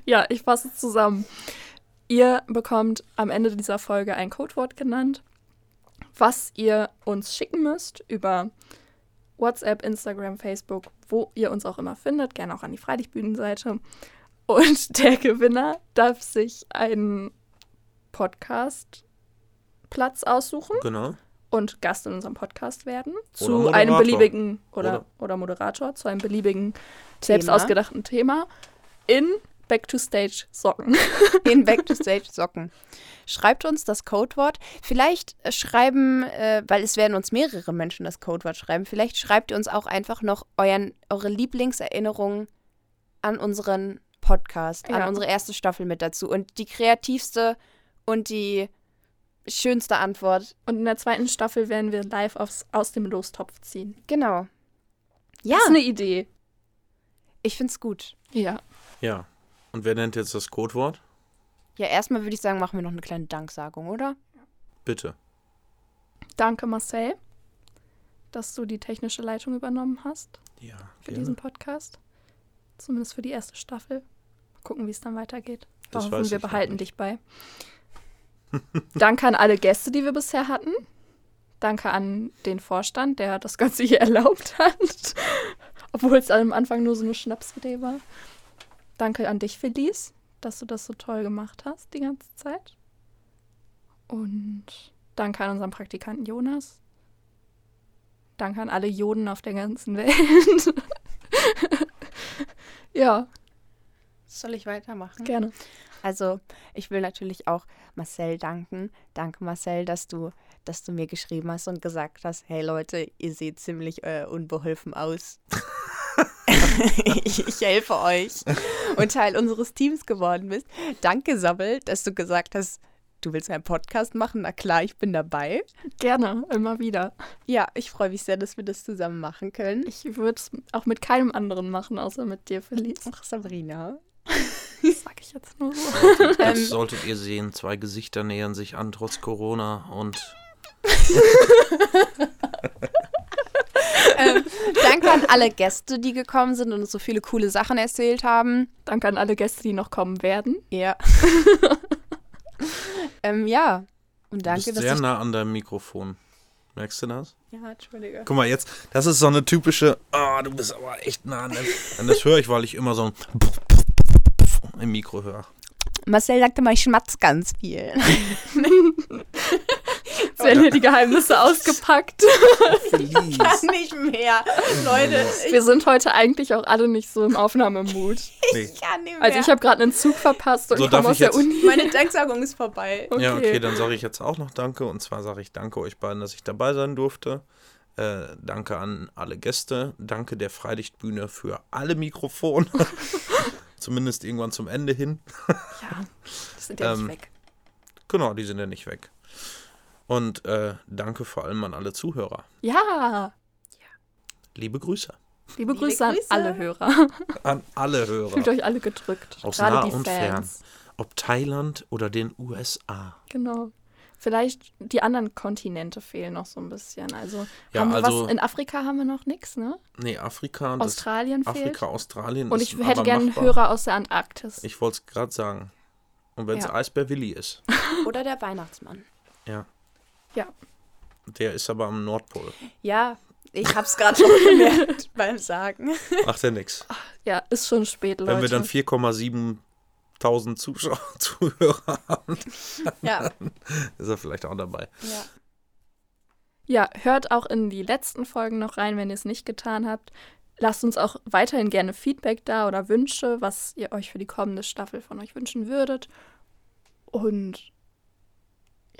B: Ja, ich fasse es zusammen. Ihr bekommt am Ende dieser Folge ein Codewort genannt, was ihr uns schicken müsst über WhatsApp, Instagram, Facebook, wo ihr uns auch immer findet, gerne auch an die Freilichtbühnenseite. Und der Gewinner darf sich einen Podcast-Platz aussuchen
D: Genau.
B: und Gast in unserem Podcast werden. Zu
D: Moderator.
B: einem beliebigen oder,
D: Oder-
B: oder. Moderator, zu einem beliebigen, selbst ausgedachten Thema in Back-to-Stage-Socken.
C: in Back to Stage Socken. Schreibt uns das Codewort. Vielleicht äh, schreiben, äh, weil es werden uns mehrere Menschen das Codewort schreiben, vielleicht schreibt ihr uns auch einfach noch euren, eure Lieblingserinnerungen an unseren Podcast,
B: Ja.
C: an unsere erste Staffel mit dazu. Und die kreativste und die schönste Antwort.
B: Und in der zweiten Staffel werden wir live aufs, aus dem Lostopf ziehen.
C: Genau. Ja,
B: Das ist eine Idee.
C: ich find's gut.
B: Ja.
D: Ja. Und wer nennt jetzt das Codewort?
C: Ja, erstmal würde ich sagen, machen wir noch eine kleine Danksagung, oder?
D: Bitte.
B: Danke, Marcel, dass du die technische Leitung übernommen hast
D: Ja.
B: für
D: gerne.
B: diesen Podcast. Zumindest für die erste Staffel. Mal gucken, wie es dann weitergeht.
D: Das
B: Hoffen,
D: weiß
B: wir
D: ich noch
B: behalten
D: nicht.
B: dich bei. Danke an alle Gäste, die wir bisher hatten. Danke an den Vorstand, der das Ganze hier erlaubt hat. Obwohl es am Anfang nur so eine Schnapsidee war. Danke an dich, Felice, dass du das so toll gemacht hast die ganze Zeit. Und danke an unseren Praktikanten Jonas. Danke an alle Joden auf der ganzen Welt. ja,
C: Soll ich weitermachen?
B: gerne.
C: Also, ich will natürlich auch Marcel danken. Danke, Marcel, dass du, dass du mir geschrieben hast und gesagt hast, hey Leute, ihr seht ziemlich äh, unbeholfen aus. ich, ich helfe euch und Teil unseres Teams geworden bist. Danke, Sabbel, dass du gesagt hast, du willst einen Podcast machen. Na klar, ich bin dabei.
B: Gerne, immer wieder.
C: Ja, ich freue mich sehr, dass wir das zusammen machen können.
B: Ich würde es auch mit keinem anderen machen, außer mit dir, Felice.
C: Ach, Sabrina.
B: Das sag ich jetzt nur so.
C: Ähm.
D: Das solltet ihr sehen. Zwei Gesichter nähern sich an, trotz Corona. Und
C: Danke an alle Gäste, die gekommen sind und uns so viele coole Sachen erzählt haben.
B: Danke an alle Gäste, die noch kommen werden.
C: Ja. ähm, ja. Und
D: du
C: danke,
D: bist
C: dass
D: sehr
C: ich.
D: nah an deinem Mikrofon. Merkst du das?
C: Ja, Entschuldige.
D: Guck mal, jetzt, das ist so eine typische, ah, du bist aber echt nah an dem. Und das höre ich, weil ich immer so ein im Mikro höre.
C: Marcel sagte mal, ich schmatz ganz viel.
B: Jetzt werden hier die Geheimnisse ausgepackt.
D: Please.
C: nicht mehr. Leute,
B: Wir sind heute eigentlich auch alle nicht so im Aufnahmemut.
D: Nee.
C: kann nicht mehr.
B: Also ich habe gerade einen Zug verpasst und
D: So,
B: ich komme
D: darf
B: aus
D: ich
B: der
D: jetzt-
B: Uni.
C: Meine Danksagung ist vorbei.
D: Ja, okay, dann sage ich jetzt auch noch Danke. Und zwar sage ich Danke euch beiden, dass ich dabei sein durfte. Äh, danke an alle Gäste. Danke der Freilichtbühne für alle Mikrofone. Zumindest irgendwann zum Ende hin.
B: Ja, das sind ja
D: Ähm,
B: nicht weg.
D: Genau, die sind ja nicht weg. Und äh, danke vor allem an alle Zuhörer.
B: Ja,
D: Liebe Grüße
B: liebe,
C: Liebe
B: Grüße an
C: Grüße.
B: alle Hörer.
D: an alle Hörer.
B: Fühlt euch alle gedrückt.
D: Aus
B: gerade
D: nah
B: die
D: und
B: Fans.
D: fern. Ob Thailand oder den USA.
B: Genau. Vielleicht die anderen Kontinente fehlen noch so ein bisschen. Also,
D: Ja,
B: haben wir
D: also-
B: was, in Afrika haben wir noch nichts, ne?
D: Nee, Afrika. und das-
B: Australien fehlt.
D: Afrika, Australien.
B: Und
D: ist
B: ich hätte
D: aber
B: gerne einen
D: machbar.
B: Hörer aus der Antarktis.
D: Ich wollte es gerade sagen. Und wenn es
B: Ja.
D: Eisbär Willi ist.
C: Oder der Weihnachtsmann.
D: Ja.
B: Ja.
D: Der ist aber am Nordpol.
C: Ja, ich hab's gerade schon gemerkt beim Sagen.
D: Macht ja nichts.
B: ja, ist schon spät, Leute.
D: Wenn wir dann 4,7.000 Zuschauer, Zuhörer haben,
C: Ja.
D: ist er vielleicht auch dabei.
C: ja.
B: ja, hört auch in die letzten Folgen noch rein, wenn ihr es nicht getan habt. Lasst uns auch weiterhin gerne Feedback da oder Wünsche, was ihr euch für die kommende Staffel von euch wünschen würdet. Und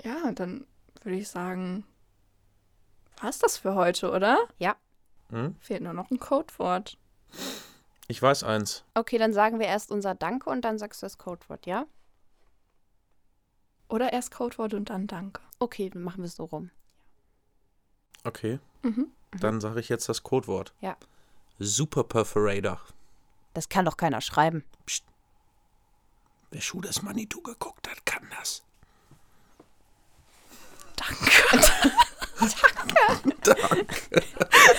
B: ja, dann würde ich sagen, war's das für heute, oder?
D: Hm?
B: Fehlt nur noch ein Codewort.
D: Ich weiß eins.
C: Okay, dann sagen wir erst unser Danke und dann sagst du das Codewort, ja?
B: Oder erst Codewort und dann Danke.
C: Okay, dann machen wir es so rum.
D: Okay.
B: Mhm.
D: Dann sage ich jetzt das Codewort.
C: Ja.
D: Super Perforator.
C: Das kann doch keiner schreiben.
D: Wer Schuh des Manitou geguckt hat, kann das.
B: Danke.
D: Danke.